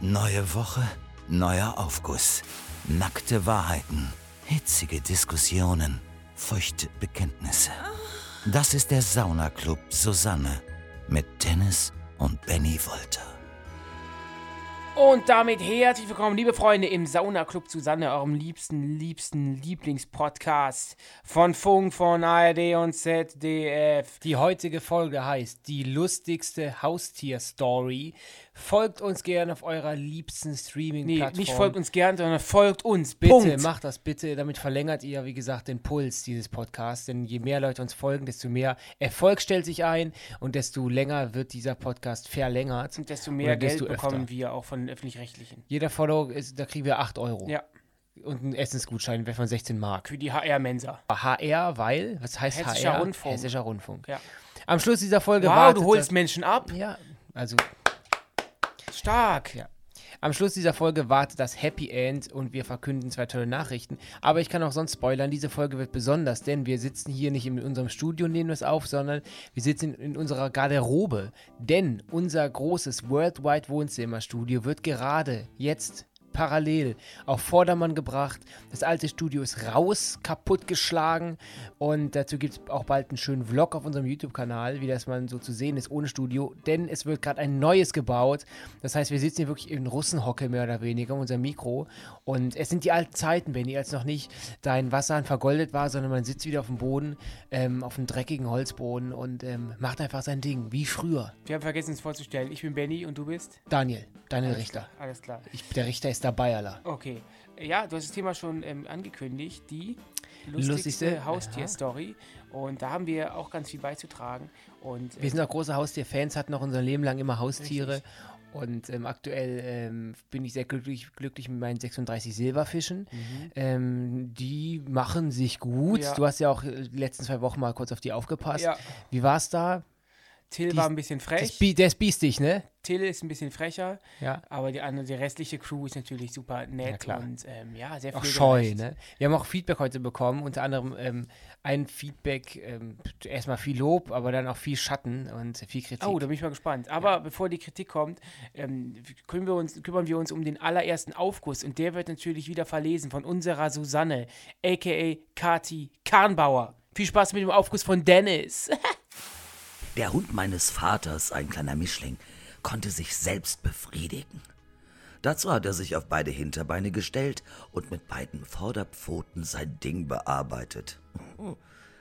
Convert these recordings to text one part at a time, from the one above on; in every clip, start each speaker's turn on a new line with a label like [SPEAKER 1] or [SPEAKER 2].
[SPEAKER 1] Neue Woche, neuer Aufguss. Nackte Wahrheiten, hitzige Diskussionen, feuchte Bekenntnisse. Das ist der Saunaclub Susanne mit Dennis und Benny Wolter.
[SPEAKER 2] Und damit herzlich willkommen, liebe Freunde, im Saunaclub Susanne, eurem liebsten, liebsten Lieblingspodcast von Funk, von ARD und ZDF.
[SPEAKER 3] Die heutige Folge heißt Die lustigste Haustier-Story. Folgt uns gerne auf eurer liebsten
[SPEAKER 2] Nee,
[SPEAKER 3] Streaming-Plattform.
[SPEAKER 2] nicht folgt uns gern, sondern folgt uns,
[SPEAKER 3] Bitte,
[SPEAKER 2] Punkt.
[SPEAKER 3] macht das bitte. Damit verlängert ihr, wie gesagt, den Puls dieses Podcasts. Denn je mehr Leute uns folgen, desto mehr Erfolg stellt sich ein und desto länger wird dieser Podcast verlängert.
[SPEAKER 2] Und desto mehr
[SPEAKER 3] Oder
[SPEAKER 2] Geld
[SPEAKER 3] desto
[SPEAKER 2] bekommen
[SPEAKER 3] öfter.
[SPEAKER 2] wir auch von den Öffentlich-Rechtlichen.
[SPEAKER 3] Jeder Follow, ist, da kriegen wir 8 Euro.
[SPEAKER 2] Ja,
[SPEAKER 3] Und einen Essensgutschein wert von 16 Mark.
[SPEAKER 2] für die HR-Mensa.
[SPEAKER 3] HR, weil, was heißt
[SPEAKER 2] Hessischer
[SPEAKER 3] HR?
[SPEAKER 2] Rundfunk.
[SPEAKER 3] Hessischer Rundfunk.
[SPEAKER 2] Ja.
[SPEAKER 3] Am Schluss dieser Folge
[SPEAKER 2] Wow,
[SPEAKER 3] wartet
[SPEAKER 2] du holst
[SPEAKER 3] das-
[SPEAKER 2] Menschen ab.
[SPEAKER 3] Ja, also
[SPEAKER 2] Stark.
[SPEAKER 3] Ja. Am Schluss dieser Folge wartet das Happy End und wir verkünden zwei tolle Nachrichten. Aber ich kann auch sonst spoilern, diese Folge wird besonders, denn wir sitzen hier nicht in unserem Studio und nehmen das auf, sondern wir sitzen in unserer Garderobe. Denn unser großes Worldwide Wohnzimmerstudio wird gerade jetzt parallel auf Vordermann gebracht. Das alte Studio ist raus, kaputtgeschlagen und dazu gibt es auch bald einen schönen Vlog auf unserem YouTube-Kanal, wie das man so zu sehen ist ohne Studio, denn es wird gerade ein neues gebaut. Das heißt, wir sitzen hier wirklich in Russenhocke mehr oder weniger, um unser Mikro und es sind die alten Zeiten, Benny, als noch nicht dein Wasserhahn vergoldet war, sondern man sitzt wieder auf dem Boden, ähm, auf dem dreckigen Holzboden und ähm, macht einfach sein Ding, wie früher.
[SPEAKER 2] Wir haben vergessen, uns vorzustellen. Ich bin Benny und du bist?
[SPEAKER 3] Daniel, Daniel Richter.
[SPEAKER 2] Alles klar.
[SPEAKER 3] Ich, der Richter ist dabei, Allah.
[SPEAKER 2] Okay. Ja, du hast das Thema schon ähm, angekündigt, die lustigste,
[SPEAKER 3] Lustigste?
[SPEAKER 2] Haustier-Story. Und da haben wir auch ganz viel beizutragen. Und
[SPEAKER 3] Wir
[SPEAKER 2] äh,
[SPEAKER 3] sind auch große Haustierfans, hatten auch unser Leben lang immer Haustiere. Und ähm, aktuell ähm, bin ich sehr glücklich, glücklich mit meinen 36 Silberfischen. Ähm, die machen sich gut.
[SPEAKER 2] Mhm. Ja.
[SPEAKER 3] Du hast ja auch äh, die letzten zwei Wochen mal kurz auf die aufgepasst.
[SPEAKER 2] äh, Ja.
[SPEAKER 3] Wie war's da?
[SPEAKER 2] Till
[SPEAKER 3] die-
[SPEAKER 2] war ein bisschen
[SPEAKER 3] Das
[SPEAKER 2] frech.
[SPEAKER 3] Bi- der ist biestig, ne?
[SPEAKER 2] Till ist ein bisschen frecher,
[SPEAKER 3] Ja.
[SPEAKER 2] aber die andere, die restliche Crew ist natürlich super nett
[SPEAKER 3] klar.
[SPEAKER 2] und ähm, ja, sehr
[SPEAKER 3] Auch scheu,
[SPEAKER 2] pflegeleicht.
[SPEAKER 3] ne? Wir haben auch Feedback heute bekommen, unter anderem ähm, ein Feedback, ähm, erstmal viel Lob, aber dann auch viel Schatten und viel Kritik.
[SPEAKER 2] Oh, da bin ich mal gespannt. Aber bevor die Kritik kommt, ähm, kümmern, wir uns, kümmern wir uns um den allerersten Aufguss und der wird natürlich wieder verlesen von unserer Susanne, a.k.a. Kati Karnbauer. Viel Spaß mit dem Aufguss von Dennis.
[SPEAKER 1] Der Hund meines Vaters, ein kleiner Mischling, konnte sich selbst befriedigen. Dazu hat er sich auf beide Hinterbeine gestellt und mit beiden Vorderpfoten sein Ding bearbeitet.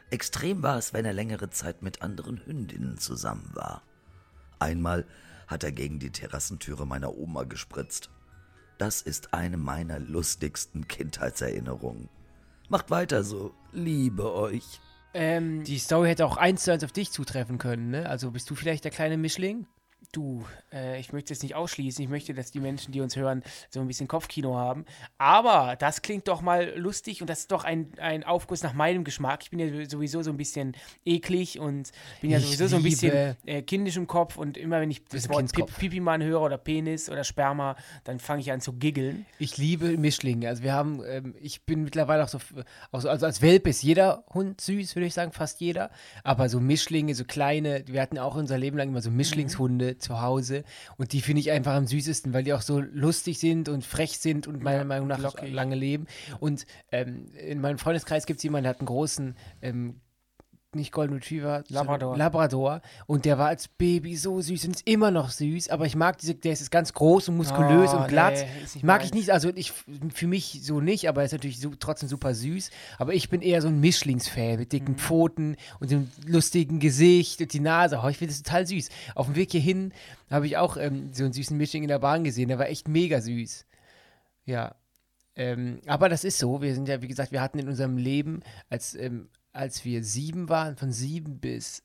[SPEAKER 1] Extrem war es, wenn er längere Zeit mit anderen Hündinnen zusammen war. Einmal hat er gegen die Terrassentüre meiner Oma gespritzt. Das ist eine meiner lustigsten Kindheitserinnerungen. Macht weiter so, liebe euch.
[SPEAKER 2] Ähm,
[SPEAKER 3] Die Story hätte auch eins zu eins auf dich zutreffen können, ne? Also bist du vielleicht der kleine Mischling?
[SPEAKER 2] du, äh, ich möchte es nicht ausschließen. Ich möchte, dass die Menschen, die uns hören, so ein bisschen Kopfkino haben. Aber das klingt doch mal lustig und das ist doch ein, ein Aufguss nach meinem Geschmack. Ich bin ja sowieso so ein bisschen eklig und bin ja
[SPEAKER 3] Ich
[SPEAKER 2] sowieso so ein bisschen
[SPEAKER 3] liebe-
[SPEAKER 2] äh, kindisch im Kopf. Und immer wenn ich das
[SPEAKER 3] ein
[SPEAKER 2] Wort Pi
[SPEAKER 3] Kindskopf.
[SPEAKER 2] Pipi-Mann höre oder Penis oder Sperma, dann fange ich an zu giggeln.
[SPEAKER 3] Ich liebe Mischlinge. Also wir haben, ähm, ich bin mittlerweile auch so, auch so, also als Welpe ist jeder Hund süß, würde ich sagen, fast jeder. Aber so Mischlinge, so kleine, wir hatten auch unser Leben lang immer so
[SPEAKER 2] Mhm.
[SPEAKER 3] Mischlingshunde zu Hause. Und die finde ich einfach am süßesten, weil die auch so lustig sind und frech sind und meiner Meinung nach auch
[SPEAKER 2] lockig.
[SPEAKER 3] lange leben. Und ähm, in meinem Freundeskreis gibt es jemanden, der hat einen großen ähm, nicht Golden Retriever, sondern
[SPEAKER 2] Labrador.
[SPEAKER 3] Labrador. Und der war als Baby so süß und ist immer noch süß. Aber ich mag diese, der ist jetzt ganz groß und muskulös
[SPEAKER 2] Oh,
[SPEAKER 3] und glatt.
[SPEAKER 2] nee, ist nicht
[SPEAKER 3] mag
[SPEAKER 2] meins.
[SPEAKER 3] ich nicht, also ich für mich so nicht, aber er ist natürlich su trotzdem super süß. Aber ich bin eher so ein Mischlingsfan mit
[SPEAKER 2] Mhm.
[SPEAKER 3] dicken Pfoten und dem lustigen Gesicht und die Nase. Oh, ich finde das total süß. Auf dem Weg hierhin habe ich auch ähm, so einen süßen Mischling in der Bahn gesehen. Der war echt mega süß. Ja. Ähm, aber das ist so. Wir sind ja, wie gesagt, wir hatten in unserem Leben, als, ähm, als wir sieben waren, von sieben bis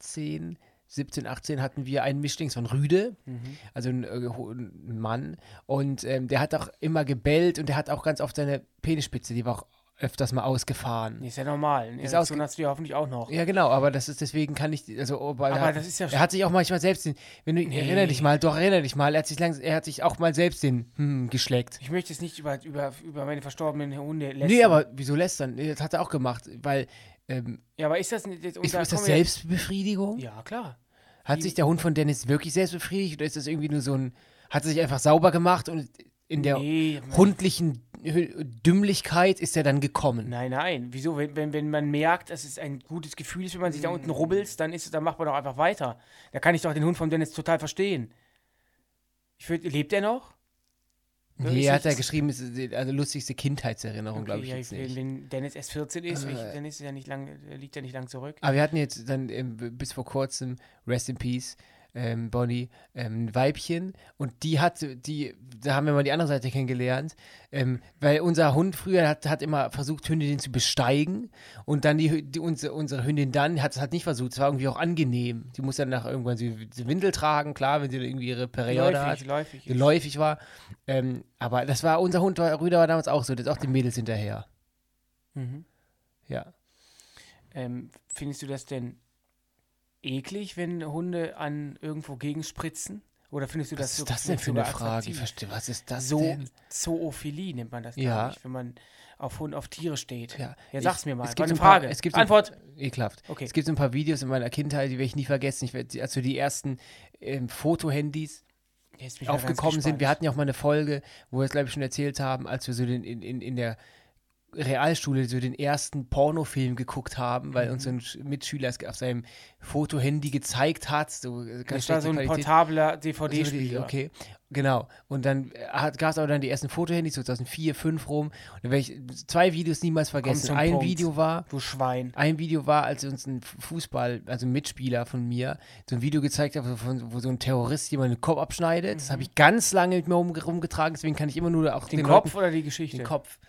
[SPEAKER 3] 18, 17, 18 hatten wir einen Mischlings von Rüde,
[SPEAKER 2] Mhm.
[SPEAKER 3] also einen, äh, ho- einen Mann. Und ähm, der hat auch immer gebellt und der hat auch ganz oft seine Penisspitze, die war auch öfters mal ausgefahren.
[SPEAKER 2] Ist ja normal. Eine
[SPEAKER 3] Ist
[SPEAKER 2] Erektion
[SPEAKER 3] ausge-
[SPEAKER 2] hast du ja hoffentlich auch noch.
[SPEAKER 3] Ja, genau, aber das ist deswegen kann ich, also, oh, weil
[SPEAKER 2] Aber
[SPEAKER 3] er,
[SPEAKER 2] das ist ja schon-
[SPEAKER 3] er hat sich auch manchmal selbst den, wenn du, erinnere dich mal, doch, erinnere dich mal, er hat sich langsam, er hat sich auch mal selbst den, hm, geschleckt.
[SPEAKER 2] Ich möchte es nicht über, über, über meine verstorbenen Hunde lästern.
[SPEAKER 3] Nee, aber wieso lästern? Nee, Das hat er auch gemacht, weil ähm,
[SPEAKER 2] Ja, aber ist das nicht... Ist,
[SPEAKER 3] ist, ist das Selbstbefriedigung?
[SPEAKER 2] Ja, klar.
[SPEAKER 3] Hat sich der Hund von Dennis wirklich selbst befriedigt oder ist das irgendwie nur so ein hat sie sich einfach sauber gemacht und in der
[SPEAKER 2] Nee, man-
[SPEAKER 3] hundlichen Hü- Dümmlichkeit ist er dann gekommen.
[SPEAKER 2] Nein, nein. Wieso? Wenn, wenn, wenn man merkt, dass es ein gutes Gefühl ist, wenn man sich da
[SPEAKER 3] Hm.
[SPEAKER 2] unten rubbelt, dann, ist, dann macht man doch einfach weiter. Da kann ich doch den Hund von Dennis total verstehen. Ich würd, lebt er noch?
[SPEAKER 3] Nee,
[SPEAKER 2] Ist
[SPEAKER 3] hat er
[SPEAKER 2] jetzt-
[SPEAKER 3] geschrieben, ist die also lustigste Kindheitserinnerung, glaube ich
[SPEAKER 2] ja,
[SPEAKER 3] jetzt
[SPEAKER 2] wenn-
[SPEAKER 3] nicht. Äh.
[SPEAKER 2] Wenn Dennis erst 14 ist, ich, dann ist er nicht lang, er liegt er nicht lang zurück.
[SPEAKER 3] Aber Ah, wir hatten jetzt dann ähm, b- bis vor kurzem, Rest in Peace, ähm, Bonnie, ähm, ein Weibchen und die hat, die, da haben wir mal die andere Seite kennengelernt, ähm, weil unser Hund früher hat, hat immer versucht, Hündinnen zu besteigen und dann die, Hü- die unsere, unsere Hündin dann hat es hat nicht versucht, es war irgendwie auch angenehm. Die muss dann nach irgendwann die, die Windel tragen, klar, wenn sie irgendwie ihre Periode hat.
[SPEAKER 2] läufig, läufig. ist-
[SPEAKER 3] geläufig war. Ähm, aber das war unser Hund, war- Rüder war damals auch so, der ist auch den Mädels hinterher.
[SPEAKER 2] Mhm.
[SPEAKER 3] Ja.
[SPEAKER 2] Ähm, findest du das denn eklig, wenn Hunde an irgendwo gegenspritzen? Oder findest du
[SPEAKER 3] Was
[SPEAKER 2] das
[SPEAKER 3] ist das denn für eine
[SPEAKER 2] sogar
[SPEAKER 3] Frage? Ich
[SPEAKER 2] attraktiv?
[SPEAKER 3] verstehe, was ist das
[SPEAKER 2] so
[SPEAKER 3] denn?
[SPEAKER 2] Zoophilie nennt man das,
[SPEAKER 3] Ja.
[SPEAKER 2] glaube ich, wenn man auf Hund, auf Tiere steht.
[SPEAKER 3] Ja,
[SPEAKER 2] Ja,
[SPEAKER 3] ich-
[SPEAKER 2] sag's mir mal.
[SPEAKER 3] es
[SPEAKER 2] War
[SPEAKER 3] gibt
[SPEAKER 2] eine
[SPEAKER 3] so ein paar-
[SPEAKER 2] Frage.
[SPEAKER 3] es gibt so ein-
[SPEAKER 2] Antwort.
[SPEAKER 3] Ekelhaft.
[SPEAKER 2] Okay.
[SPEAKER 3] Es gibt so ein paar Videos in meiner Kindheit, die werde ich nie vergessen. Ich werde, als so die ersten ähm, Fotohandys
[SPEAKER 2] Jetzt bin ich mal ganz
[SPEAKER 3] aufgekommen sind. Wir
[SPEAKER 2] gespannt.
[SPEAKER 3] hatten ja auch mal eine Folge, wo wir es, glaube ich, schon erzählt haben, als wir so den, in, in, in der Realschule so den ersten Pornofilm geguckt haben,
[SPEAKER 2] Mhm.
[SPEAKER 3] weil uns so ein Sch- Mitschüler es auf seinem Fotohandy gezeigt hat. So äh, ganz
[SPEAKER 2] das war
[SPEAKER 3] schlechte
[SPEAKER 2] so ein
[SPEAKER 3] Qualität.
[SPEAKER 2] portabler
[SPEAKER 3] Also die-
[SPEAKER 2] DVD-Spieler.
[SPEAKER 3] Okay, genau. Und dann gab es aber dann die ersten Fotohandys, so 2004, 2005 rum. Und dann werde ich zwei Videos niemals vergessen.
[SPEAKER 2] zum
[SPEAKER 3] Ein
[SPEAKER 2] Punkt.
[SPEAKER 3] Video war,
[SPEAKER 2] Du Schwein.
[SPEAKER 3] ein Video war, als uns ein Fußball, also ein Mitspieler von mir, so ein Video gezeigt hat, wo, von- wo so ein Terrorist jemanden den Kopf abschneidet. Das habe ich ganz lange mit mir rum, rumgetragen, deswegen kann ich immer nur auch
[SPEAKER 2] Mhm. Den,
[SPEAKER 3] den,
[SPEAKER 2] Kopf
[SPEAKER 3] Leuten,
[SPEAKER 2] oder die Geschichte?
[SPEAKER 3] den Kopf,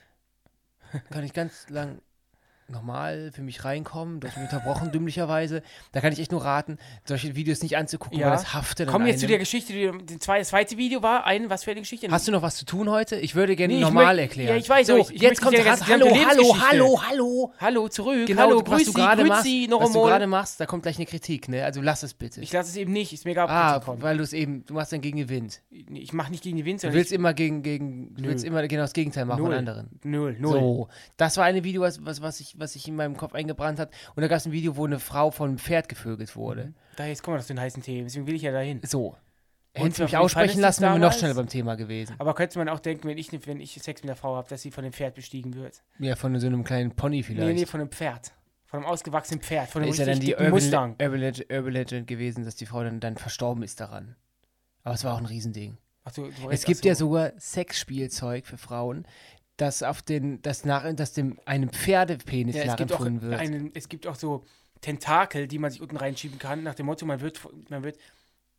[SPEAKER 3] kann ich ganz lang normal für mich reinkommen, durch unterbrochen dümmlicherweise. Da kann ich echt nur raten, solche Videos nicht anzugucken,
[SPEAKER 2] Ja.
[SPEAKER 3] weil das haftet. an
[SPEAKER 2] Kommen wir jetzt zu
[SPEAKER 3] einem.
[SPEAKER 2] der Geschichte, die, die zweite, das zweite Video war. Ein, was für eine Geschichte?
[SPEAKER 3] Hast du noch was zu tun heute? Hm. Ich würde gerne
[SPEAKER 2] Nee, ich
[SPEAKER 3] normal
[SPEAKER 2] möcht-
[SPEAKER 3] erklären.
[SPEAKER 2] ja, ich weiß,
[SPEAKER 3] so,
[SPEAKER 2] aber ich- ich möchte
[SPEAKER 3] jetzt
[SPEAKER 2] die
[SPEAKER 3] kommt Hans.
[SPEAKER 2] ganze-
[SPEAKER 3] Hallo,
[SPEAKER 2] gesamte
[SPEAKER 3] hallo,
[SPEAKER 2] Lebensgeschichte.
[SPEAKER 3] hallo, hallo.
[SPEAKER 2] Hallo, zurück.
[SPEAKER 3] Genau,
[SPEAKER 2] Hallo,
[SPEAKER 3] was
[SPEAKER 2] grüß
[SPEAKER 3] du
[SPEAKER 2] Sie,
[SPEAKER 3] gerade
[SPEAKER 2] grüß
[SPEAKER 3] machst,
[SPEAKER 2] Sie, noch
[SPEAKER 3] was du
[SPEAKER 2] einmal.
[SPEAKER 3] gerade machst, da kommt gleich eine Kritik, ne? Also lass es bitte.
[SPEAKER 2] Ich lasse es eben nicht. Ist mir egal, ob
[SPEAKER 3] ah,
[SPEAKER 2] Kritik kommt.
[SPEAKER 3] weil du es eben, du machst dann gegen den Wind.
[SPEAKER 2] Ich mache nicht gegen die Wind,
[SPEAKER 3] Du
[SPEAKER 2] sondern
[SPEAKER 3] willst immer gegen, gegen, du
[SPEAKER 2] Nö.
[SPEAKER 3] willst immer genau das Gegenteil machen
[SPEAKER 2] Null.
[SPEAKER 3] von anderen.
[SPEAKER 2] ich, null, null.
[SPEAKER 3] So, das war ein Video, was, was, was, ich, was ich in meinem Kopf eingebrannt hat. Und da gab es ein Video, wo eine Frau von einem Pferd gevögelt wurde.
[SPEAKER 2] Da jetzt kommen wir noch zu den heißen Themen. Deswegen will ich ja dahin.
[SPEAKER 3] So. Hättest
[SPEAKER 2] wie
[SPEAKER 3] du mich
[SPEAKER 2] fandest
[SPEAKER 3] aussprechen
[SPEAKER 2] du's
[SPEAKER 3] lassen, wären wir noch
[SPEAKER 2] damals?
[SPEAKER 3] schneller beim Thema gewesen.
[SPEAKER 2] Aber könnte man auch denken, wenn ich, ne- wenn ich Sex mit einer Frau habe, dass sie von dem Pferd bestiegen wird?
[SPEAKER 3] Ja, von so einem kleinen Pony vielleicht.
[SPEAKER 2] Nee, nee, von einem Pferd. Von einem ausgewachsenen Pferd. Von einem
[SPEAKER 3] ist ja dann
[SPEAKER 2] richtig
[SPEAKER 3] die
[SPEAKER 2] dicken
[SPEAKER 3] Urban,
[SPEAKER 2] Mustang.
[SPEAKER 3] Urban, Legend, Urban Legend gewesen, dass die Frau dann, dann verstorben ist daran. Aber es war auch ein Riesending.
[SPEAKER 2] Ach, du, du
[SPEAKER 3] Es
[SPEAKER 2] redest-
[SPEAKER 3] gibt
[SPEAKER 2] ach so.
[SPEAKER 3] ja sogar Sexspielzeug für Frauen, das auf den, das nach, das dem einem Pferdepenis
[SPEAKER 2] Ja, es, gibt auch
[SPEAKER 3] nachempfunden wird.
[SPEAKER 2] einen, es gibt auch so Tentakel, die man sich unten reinschieben kann, nach dem Motto, man wird, man wird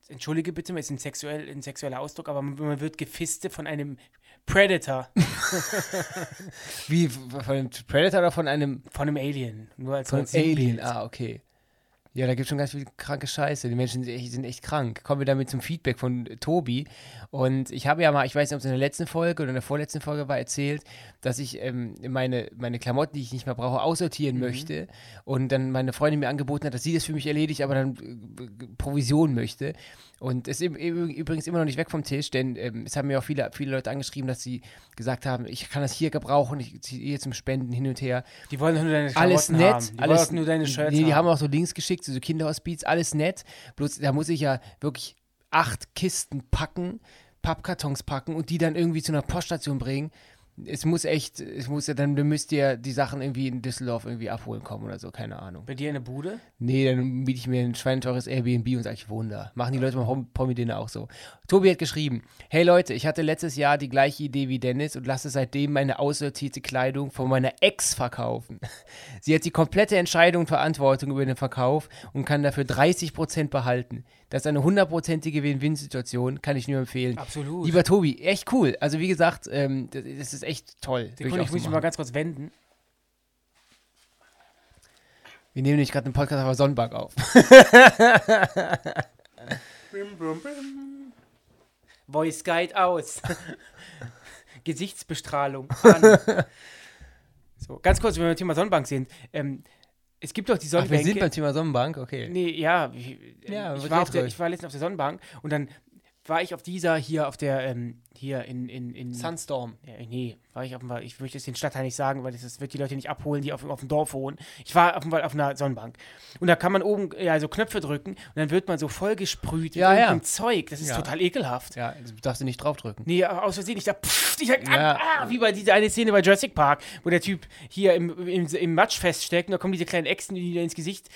[SPEAKER 2] entschuldige bitte, ist ein, sexuell, ein sexueller Ausdruck, aber man, man wird gefistet von einem Predator,
[SPEAKER 3] Wie v- von einem Predator oder von einem,
[SPEAKER 2] von einem Alien. Nur als
[SPEAKER 3] von einem
[SPEAKER 2] als Sinnbild.
[SPEAKER 3] Alien? Ah, okay. Ja, da gibt es schon ganz viel kranke Scheiße. Die Menschen sind echt, sind echt krank. Kommen wir damit zum Feedback von äh, Tobi. Und ich habe ja mal, ich weiß nicht, ob es in der letzten Folge oder in der vorletzten Folge war, erzählt, dass ich ähm, meine, meine Klamotten, die ich nicht mehr brauche, aussortieren möchte. Und dann meine Freundin mir angeboten hat, dass sie das für mich erledigt, aber dann äh, Provision möchte. Und es ist im- im- übrigens immer noch nicht weg vom Tisch, denn ähm, es haben mir auch viele, viele Leute angeschrieben, dass sie gesagt haben, ich kann das hier gebrauchen, ich ziehe hier zum Spenden hin und her
[SPEAKER 2] Die wollen doch nur deine Klamotten
[SPEAKER 3] alles nett,
[SPEAKER 2] haben. Die
[SPEAKER 3] alles
[SPEAKER 2] wollen doch nur deine Shirts
[SPEAKER 3] Nee, die haben
[SPEAKER 2] haben.
[SPEAKER 3] auch so Links geschickt, so Kinderhospiz, alles nett. Bloß da muss ich ja wirklich acht Kisten packen, Pappkartons packen und die dann irgendwie zu einer Poststation bringen. Es muss echt, es muss ja dann, dann müsst ihr die Sachen irgendwie in Düsseldorf irgendwie abholen kommen oder so, keine Ahnung.
[SPEAKER 2] Bei dir in der Bude?
[SPEAKER 3] Nee, dann miete ich mir ein schweineteures Airbnb und sage, ich wohne da. Machen die Leute beim Hom- Promi-Dinner auch so. Tobi hat geschrieben, hey Leute, ich hatte letztes Jahr die gleiche Idee wie Dennis und lasse seitdem meine aussortierte Kleidung von meiner Ex verkaufen. Sie hat die komplette Entscheidung und Verantwortung über den Verkauf und kann dafür 30% behalten. Das ist eine hundertprozentige Win-Win-Situation, kann ich nur empfehlen.
[SPEAKER 2] Absolut.
[SPEAKER 3] Lieber Tobi, echt cool. Also wie gesagt, ähm, das, das ist echt toll.
[SPEAKER 2] Sekunde, ich muss mich mal
[SPEAKER 3] durchaus zu machen.
[SPEAKER 2] ganz kurz wenden.
[SPEAKER 3] Wir nehmen nämlich gerade einen Podcast auf der Sonnenbank auf.
[SPEAKER 2] Voice Guide aus. Gesichtsbestrahlung an. so, ganz kurz, wenn wir beim Thema Sonnenbank sind. Ähm, es gibt doch die
[SPEAKER 3] Ach, wir
[SPEAKER 2] Sonnenbänke.
[SPEAKER 3] sind beim Thema Sonnenbank, okay.
[SPEAKER 2] Nee, ja, ich,
[SPEAKER 3] Ja,
[SPEAKER 2] ich,
[SPEAKER 3] aber
[SPEAKER 2] war
[SPEAKER 3] red
[SPEAKER 2] auf der,
[SPEAKER 3] ruhig.
[SPEAKER 2] ich war letztens auf der Sonnenbank und dann war ich auf dieser hier auf der ähm, hier in in, in
[SPEAKER 3] Sunstorm.
[SPEAKER 2] ja, nee, war ich offenbar, ich möchte jetzt den Stadtteil nicht sagen, weil das, das wird die Leute nicht abholen, die auf, auf dem Dorf wohnen. Ich war offenbar auf einer Sonnenbank. Und da kann man oben ja so Knöpfe drücken und dann wird man so vollgesprüht
[SPEAKER 3] Ja, ja.
[SPEAKER 2] mit irgendeinem Zeug. Das ist
[SPEAKER 3] Ja.
[SPEAKER 2] total ekelhaft.
[SPEAKER 3] Ja, das darfst du nicht draufdrücken.
[SPEAKER 2] Nee, aus Versehen, ich da, pfff, ich da,
[SPEAKER 3] Ja.
[SPEAKER 2] ah, ah, wie bei dieser eine Szene bei Jurassic Park, wo der Typ hier im, im, im Matsch feststeckt und da kommen diese kleinen Echsen, die dir ins Gesicht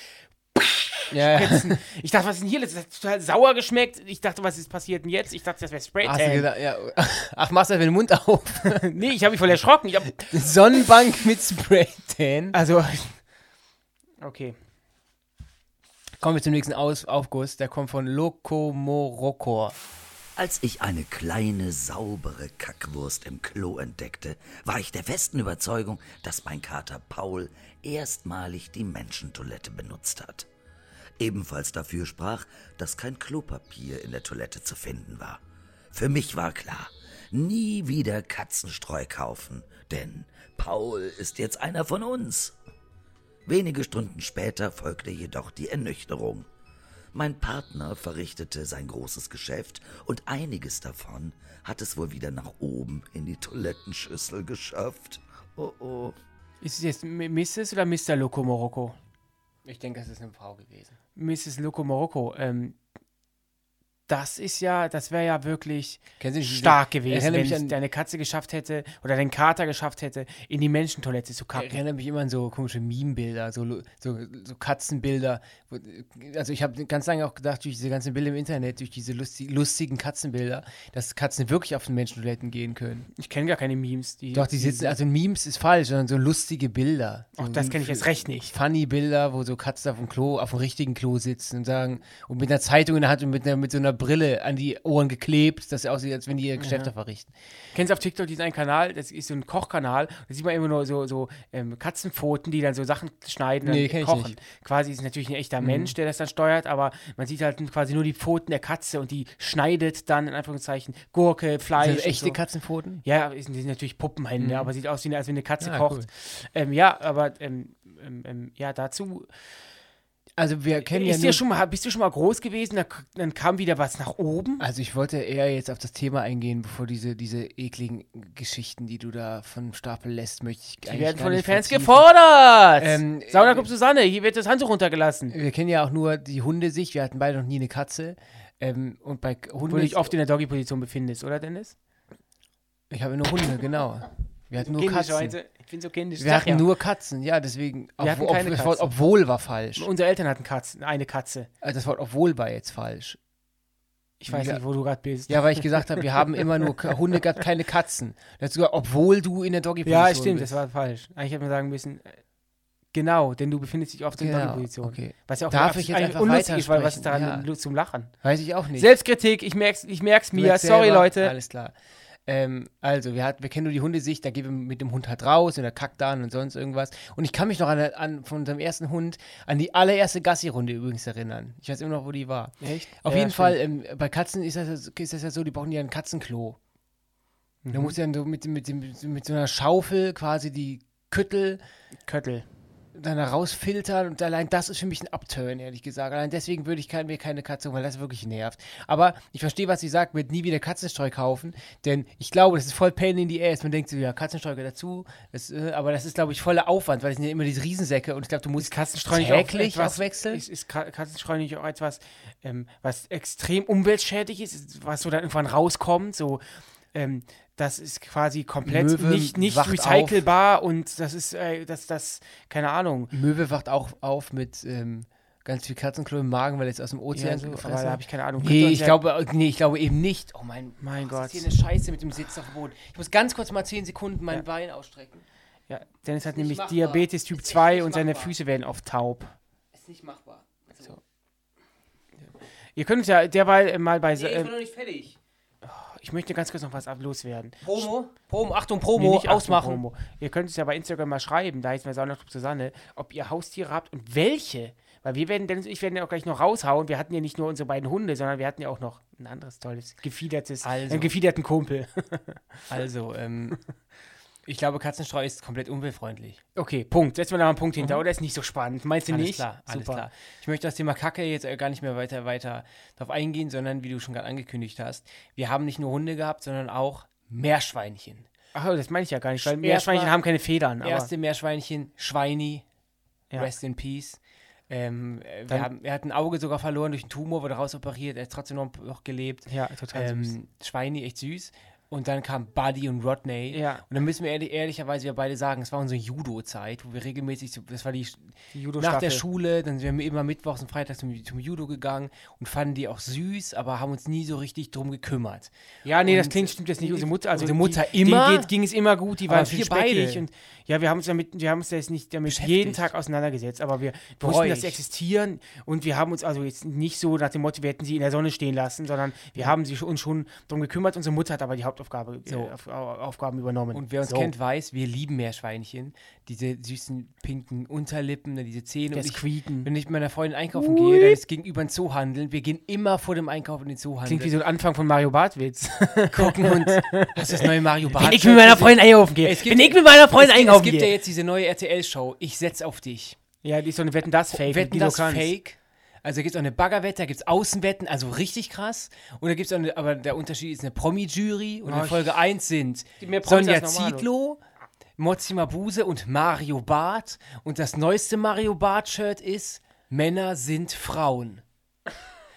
[SPEAKER 3] Ja, ja.
[SPEAKER 2] pitzen. ich dachte, was ist denn hier? Das hat total sauer geschmeckt. Ich dachte, was ist passiert denn jetzt? Ich dachte, das wäre
[SPEAKER 3] Hast du
[SPEAKER 2] Spraytan.
[SPEAKER 3] gedacht, ja. Ach, machst du einfach den Mund auf.
[SPEAKER 2] Nee, ich habe mich voll erschrocken. Ich hab,
[SPEAKER 3] Sonnenbank mit Spraytan.
[SPEAKER 2] also, okay.
[SPEAKER 3] Kommen wir zum nächsten Aus Aufguss. Der kommt von Lokomorokor.
[SPEAKER 1] Als ich eine kleine, saubere Kackwurst im Klo entdeckte, war ich der festen Überzeugung, dass mein Kater Paul erstmalig die Menschentoilette benutzt hat. Ebenfalls dafür sprach, dass kein Klopapier in der Toilette zu finden war. Für mich war klar, nie wieder Katzenstreu kaufen, denn Paul ist jetzt einer von uns. Wenige Stunden später folgte jedoch die Ernüchterung. Mein Partner verrichtete sein großes Geschäft und einiges davon hat es wohl wieder nach oben in die Toilettenschüssel geschafft. Oh oh.
[SPEAKER 2] Ist es jetzt M- Mrs. oder Mr. Loco Morocco?
[SPEAKER 3] Ich denke, es ist eine Frau gewesen.
[SPEAKER 2] Mrs. Loco Morocco, ähm, das ist ja, das wäre ja wirklich
[SPEAKER 3] Kennen Sie nicht diese-
[SPEAKER 2] stark
[SPEAKER 3] Ich
[SPEAKER 2] gewesen,
[SPEAKER 3] erinnere
[SPEAKER 2] wenn
[SPEAKER 3] mich
[SPEAKER 2] es
[SPEAKER 3] an-
[SPEAKER 2] deine Katze geschafft hätte oder dein Kater geschafft hätte, in die Menschentoilette zu
[SPEAKER 3] Ich
[SPEAKER 2] kacken.
[SPEAKER 3] erinnere mich immer an so komische Meme-Bilder, so, lo- so, so Katzenbilder. wo- Also ich habe ganz lange auch gedacht, durch diese ganzen Bilder im Internet, durch diese lusti lustigen Katzenbilder, dass Katzen wirklich auf den Menschentoiletten gehen können.
[SPEAKER 2] Ich kenne gar keine Memes. Die,
[SPEAKER 3] Doch, die sitzen, also Memes ist falsch, sondern so lustige Bilder. So
[SPEAKER 2] Auch das kenne ich jetzt recht nicht.
[SPEAKER 3] Funny Bilder, wo so Katzen auf dem Klo, auf dem richtigen Klo sitzen und sagen, und mit einer Zeitung in der Hand und mit, einer, mit so einer Brille an die Ohren geklebt, dass sie aussieht, als wenn die ihre Geschäfte verrichten.
[SPEAKER 2] Kennst du auf TikTok diesen einen Kanal, das ist so ein Kochkanal, da sieht man immer nur so, so ähm, Katzenpfoten, die dann so Sachen schneiden und
[SPEAKER 3] Nee, kenn
[SPEAKER 2] dann
[SPEAKER 3] ich
[SPEAKER 2] kochen.
[SPEAKER 3] nicht. Mhm.
[SPEAKER 2] Quasi ist natürlich ein echter Mensch, der das dann steuert, aber man sieht halt quasi nur die Pfoten der Katze und die schneidet dann in Anführungszeichen Gurke, Fleisch.
[SPEAKER 3] Sind das
[SPEAKER 2] und
[SPEAKER 3] Also echte
[SPEAKER 2] so.
[SPEAKER 3] Katzenpfoten?
[SPEAKER 2] Ja, aber es sind die sind natürlich Puppenhände, aber sieht aus, wie eine, als wenn eine Katze
[SPEAKER 3] Ah,
[SPEAKER 2] kocht.
[SPEAKER 3] cool.
[SPEAKER 2] Ähm, ja, aber ähm, ähm, ähm, ja, dazu.
[SPEAKER 3] Also wir kennen ja
[SPEAKER 2] Ist
[SPEAKER 3] nur
[SPEAKER 2] dir schon mal, bist du schon mal groß gewesen? Da, k- dann kam wieder was nach oben.
[SPEAKER 3] Also ich wollte eher jetzt auf das Thema eingehen, bevor diese, diese ekligen Geschichten, die du da vom Stapel lässt, möchte ich
[SPEAKER 2] Die
[SPEAKER 3] eigentlich
[SPEAKER 2] werden
[SPEAKER 3] gar
[SPEAKER 2] von den
[SPEAKER 3] nicht
[SPEAKER 2] Fans
[SPEAKER 3] vertiefen.
[SPEAKER 2] gefordert.
[SPEAKER 3] Ähm,
[SPEAKER 2] Sauna
[SPEAKER 3] äh,
[SPEAKER 2] kommt Susanne, hier wird das Handtuch runtergelassen.
[SPEAKER 3] Wir kennen ja auch nur die Hundesicht, wir hatten beide noch nie eine Katze. Ähm, und bei K- Hunden
[SPEAKER 2] Wo du dich oft in der Doggy-Position befindest, oder Dennis?
[SPEAKER 3] Ich habe nur Hunde, genau. Wir hatten nur
[SPEAKER 2] Kindisch
[SPEAKER 3] Katzen.
[SPEAKER 2] heute. Ich bin so kindisch.
[SPEAKER 3] Wir
[SPEAKER 2] Sag
[SPEAKER 3] hatten
[SPEAKER 2] ja.
[SPEAKER 3] nur Katzen, ja, deswegen.
[SPEAKER 2] Wir hatten
[SPEAKER 3] obwohl-
[SPEAKER 2] keine
[SPEAKER 3] ob, das
[SPEAKER 2] Katzen.
[SPEAKER 3] Wort obwohl war falsch.
[SPEAKER 2] Unsere Eltern hatten Katzen, eine Katze.
[SPEAKER 3] Äh, Das Wort obwohl war jetzt falsch.
[SPEAKER 2] Ich weiß
[SPEAKER 3] Ja.
[SPEAKER 2] nicht, wo du gerade bist.
[SPEAKER 3] Ja, weil ich gesagt habe, wir haben immer nur K- Hunde, gehabt, keine Katzen. Dazu gesagt, obwohl du in der Doggy-Position
[SPEAKER 2] Ja,
[SPEAKER 3] bist.
[SPEAKER 2] stimmt, das war falsch. Ah, Eigentlich hätte man sagen müssen, äh, genau, denn du befindest dich oft in der
[SPEAKER 3] Genau,
[SPEAKER 2] Doggy-Position.
[SPEAKER 3] okay.
[SPEAKER 2] Was ja auch
[SPEAKER 3] Darf
[SPEAKER 2] abs-
[SPEAKER 3] ich jetzt
[SPEAKER 2] eigentlich
[SPEAKER 3] einfach
[SPEAKER 2] unlustig ist, weil was ist
[SPEAKER 3] weitersprechen?
[SPEAKER 2] daran
[SPEAKER 3] Ja.
[SPEAKER 2] lu- zum Lachen?
[SPEAKER 3] Weiß ich auch nicht.
[SPEAKER 2] Selbstkritik, ich merk's, ich merk's mir.
[SPEAKER 3] Merkst
[SPEAKER 2] Sorry,
[SPEAKER 3] selber.
[SPEAKER 2] Leute.
[SPEAKER 3] Alles klar. Ähm, also, wir, hat, wir kennen nur die Hundesicht, da gehen wir mit dem Hund halt raus und er kackt dann und sonst irgendwas. Und ich kann mich noch an, an, von unserem ersten Hund an die allererste Gassi-Runde übrigens erinnern. Ich weiß immer noch, wo die war.
[SPEAKER 2] Echt?
[SPEAKER 3] Auf
[SPEAKER 2] Ja,
[SPEAKER 3] jeden Fall, ähm, bei Katzen ist das, ja so- ist das ja so, die brauchen ja ein Katzenklo. Da
[SPEAKER 2] Mhm.
[SPEAKER 3] musst du dann so mit, mit, mit, mit so einer Schaufel quasi die Küttel
[SPEAKER 2] Köttel.
[SPEAKER 3] dann rausfiltern und allein das ist für mich ein Upturn, ehrlich gesagt. Allein deswegen würde ich kein, mir keine Katze holen, weil das wirklich nervt. Aber ich verstehe, was sie sagt, mit nie wieder Katzenstreu kaufen, denn ich glaube, das ist voll Pain in the Ass. Man denkt so, ja, Katzenstreu gehört dazu, das, äh, aber das ist, glaube ich, voller Aufwand, weil das sind ja immer diese Riesensäcke und ich glaube, du musst
[SPEAKER 2] Katzenstreu nicht
[SPEAKER 3] täglich
[SPEAKER 2] auch etwas,
[SPEAKER 3] abwechseln.
[SPEAKER 2] Ist, ist Ka- Katzenstreu nicht auch etwas, ähm, was extrem umweltschädlich ist, was so dann irgendwann rauskommt, so ähm, das ist quasi komplett
[SPEAKER 3] Möwe
[SPEAKER 2] nicht, nicht
[SPEAKER 3] wacht
[SPEAKER 2] recycelbar und das ist äh, das, das, keine Ahnung.
[SPEAKER 3] Möwe wacht auch auf mit ähm, ganz viel Katzenklo im Magen, weil er es aus dem Ozean
[SPEAKER 2] Ja,
[SPEAKER 3] so,
[SPEAKER 2] so,
[SPEAKER 3] gefressen
[SPEAKER 2] aber da
[SPEAKER 3] hat.
[SPEAKER 2] habe ich keine Ahnung. Könnt ihr
[SPEAKER 3] Nee
[SPEAKER 2] uns
[SPEAKER 3] ich,
[SPEAKER 2] ja-
[SPEAKER 3] glaube, äh, nee, ich glaube eben nicht. Oh mein,
[SPEAKER 2] Mein
[SPEAKER 3] was
[SPEAKER 2] Gott.
[SPEAKER 3] ist hier eine Scheiße mit dem Sitz auf dem Boden. Ich muss ganz kurz mal 10 Sekunden mein
[SPEAKER 2] Ja.
[SPEAKER 3] Bein ausstrecken.
[SPEAKER 2] Ja, Dennis hat
[SPEAKER 3] nicht
[SPEAKER 2] nämlich
[SPEAKER 3] machbar.
[SPEAKER 2] Diabetes Typ
[SPEAKER 3] Ist echt
[SPEAKER 2] 2
[SPEAKER 3] nicht
[SPEAKER 2] und seine
[SPEAKER 3] machbar.
[SPEAKER 2] Füße werden oft taub.
[SPEAKER 3] Ist nicht machbar. So.
[SPEAKER 2] Ihr könnt uns ja derweil äh, mal bei.
[SPEAKER 3] Nee, ich
[SPEAKER 2] ähm,
[SPEAKER 3] bin noch nicht fertig.
[SPEAKER 2] ich möchte ganz kurz noch was ab- loswerden.
[SPEAKER 3] Promo, Promo, Achtung,
[SPEAKER 2] Nee,
[SPEAKER 3] Promo,
[SPEAKER 2] nicht Achtung,
[SPEAKER 3] ausmachen.
[SPEAKER 2] Promo. Ihr könnt es ja bei Instagram mal schreiben, da heißt mir Sauna Susanne, ob ihr Haustiere habt und welche. Weil wir werden, Dennis und ich werden ja auch gleich noch raushauen. Wir hatten ja nicht nur unsere beiden Hunde, sondern wir hatten ja auch noch ein anderes tolles, gefiedertes,
[SPEAKER 3] Also.
[SPEAKER 2] einen gefiederten Kumpel.
[SPEAKER 3] Also, ähm,
[SPEAKER 2] Ich glaube, Katzenstreu ist komplett umweltfreundlich. Okay, Punkt. Setzen wir da mal einen Punkt hinter, oder? Ist nicht so spannend. Meinst du
[SPEAKER 3] Mhm. Alles
[SPEAKER 2] nicht?
[SPEAKER 3] klar, alles
[SPEAKER 2] Super.
[SPEAKER 3] klar.
[SPEAKER 2] Ich möchte das Thema Kacke jetzt äh, gar nicht mehr weiter, weiter darauf eingehen, sondern wie du schon gerade angekündigt hast, wir haben nicht nur Hunde gehabt, sondern auch Meerschweinchen. Ach, das meine ich ja gar nicht, weil Meerschweinchen
[SPEAKER 3] Meerschweinchen
[SPEAKER 2] haben keine Federn.
[SPEAKER 3] Erste Meerschweinchen, Schweini,
[SPEAKER 2] Ja.
[SPEAKER 3] rest in peace. Ähm, äh,
[SPEAKER 2] Dann-
[SPEAKER 3] wir haben, er hat ein Auge sogar verloren durch einen Tumor, wurde rausoperiert, er ist trotzdem noch, noch gelebt.
[SPEAKER 2] ja, total
[SPEAKER 3] Ähm, Schweini, echt süß. Und dann kam Buddy und Rodney.
[SPEAKER 2] Ja.
[SPEAKER 3] Und dann müssen wir ehrlich, ehrlicherweise wir beide sagen, es war unsere Judo-Zeit, wo wir regelmäßig, so- das war die,
[SPEAKER 2] Judo
[SPEAKER 3] nach der Schule, dann sind wir immer mittwochs und freitags zum, zum Judo gegangen und fanden die auch süß, aber haben uns nie so richtig drum gekümmert.
[SPEAKER 2] Ja, nee, das
[SPEAKER 3] Und,
[SPEAKER 2] klingt stimmt jetzt nicht. Unsere Mutter, also
[SPEAKER 3] unsere
[SPEAKER 2] die-
[SPEAKER 3] Mutter
[SPEAKER 2] denen
[SPEAKER 3] immer?
[SPEAKER 2] geht, ging es immer gut. Die
[SPEAKER 3] Aber
[SPEAKER 2] waren viel
[SPEAKER 3] wir beide.
[SPEAKER 2] speckig und ja, wir haben uns damit, wir haben uns da jetzt nicht damit jeden
[SPEAKER 3] Beschäftigt.
[SPEAKER 2] Tag auseinandergesetzt, aber wir wussten,
[SPEAKER 3] Bereue
[SPEAKER 2] dass sie
[SPEAKER 3] ich.
[SPEAKER 2] existieren und wir haben uns also jetzt nicht so nach dem Motto, wir hätten sie in der Sonne stehen lassen, sondern wir haben sie uns schon darum gekümmert. Unsere Mutter hat aber die Hauptaufgabe
[SPEAKER 3] So.
[SPEAKER 2] äh, auf, au- Aufgaben übernommen.
[SPEAKER 3] Und wer uns
[SPEAKER 2] So.
[SPEAKER 3] kennt, weiß, wir lieben Meerschweinchen. Diese süßen pinken Unterlippen, ne, diese Zähne.
[SPEAKER 2] das
[SPEAKER 3] und ich,
[SPEAKER 2] Quieken.
[SPEAKER 3] wenn ich mit meiner Freundin einkaufen
[SPEAKER 2] Ui.
[SPEAKER 3] gehe, dann ist gegenüber ein Zoohandel. Wir gehen immer vor dem Einkauf in den Zoohandel.
[SPEAKER 2] Klingt wie so ein Anfang von Mario Bartwitz.
[SPEAKER 3] gucken uns. Hast du das neue Mario Bart?
[SPEAKER 2] Wenn ich mit meiner Freundin einkaufen gehe.
[SPEAKER 3] Es gibt-
[SPEAKER 2] Wenn ich mit meiner
[SPEAKER 3] Es,
[SPEAKER 2] Freundin
[SPEAKER 3] es
[SPEAKER 2] einkaufen
[SPEAKER 3] gibt ja
[SPEAKER 2] gehe.
[SPEAKER 3] jetzt diese neue RTL-Show. Ich setz auf dich.
[SPEAKER 2] Ja, die ist so eine Wetten-Das-Fake.
[SPEAKER 3] Wetten das Fake. Also da gibt es auch eine Baggerwette, da gibt es Außenwetten, also richtig krass. Und da gibt es auch eine, aber der Unterschied ist eine Promi-Jury und
[SPEAKER 2] Oh,
[SPEAKER 3] in
[SPEAKER 2] ich-
[SPEAKER 3] Folge 1 sind
[SPEAKER 2] Mehr Promis
[SPEAKER 3] Sonja
[SPEAKER 2] als normal,
[SPEAKER 3] Zietlow, Mozi Mabuse und Mario Barth. Und das neueste Mario Barth-Shirt ist Männer sind Frauen.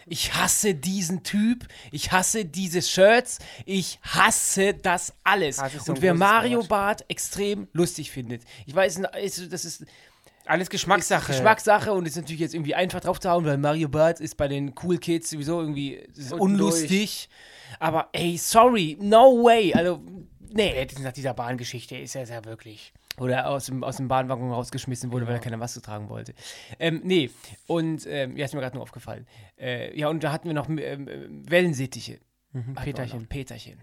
[SPEAKER 3] Ich hasse diesen Typ, ich hasse diese Shirts, ich hasse das alles.
[SPEAKER 2] Hass Ah, ist so ein
[SPEAKER 3] und wer
[SPEAKER 2] großes
[SPEAKER 3] Mario
[SPEAKER 2] Wort.
[SPEAKER 3] Barth extrem lustig findet, ich weiß, es- das ist
[SPEAKER 2] Alles Geschmackssache.
[SPEAKER 3] ist Geschmackssache und ist natürlich jetzt irgendwie einfach drauf zu hauen, weil Mario Bart ist bei den Cool Kids sowieso irgendwie es ist
[SPEAKER 2] Und
[SPEAKER 3] unlustig. Aber ey, sorry, no way. Also, nee.
[SPEAKER 2] Spätestens nach dieser Bahngeschichte ist er es ja wirklich.
[SPEAKER 3] Oder aus dem, aus dem Bahnwaggon rausgeschmissen wurde,
[SPEAKER 2] Genau.
[SPEAKER 3] weil er keiner Maske tragen wollte. Ähm, nee, und ähm, ja, ist mir gerade nur aufgefallen. Äh, ja, und da hatten wir noch ähm, ähm, Wellensittiche.
[SPEAKER 2] Mhm.
[SPEAKER 3] Hatten wir auch
[SPEAKER 2] Peterchen.
[SPEAKER 3] noch. Peterchen.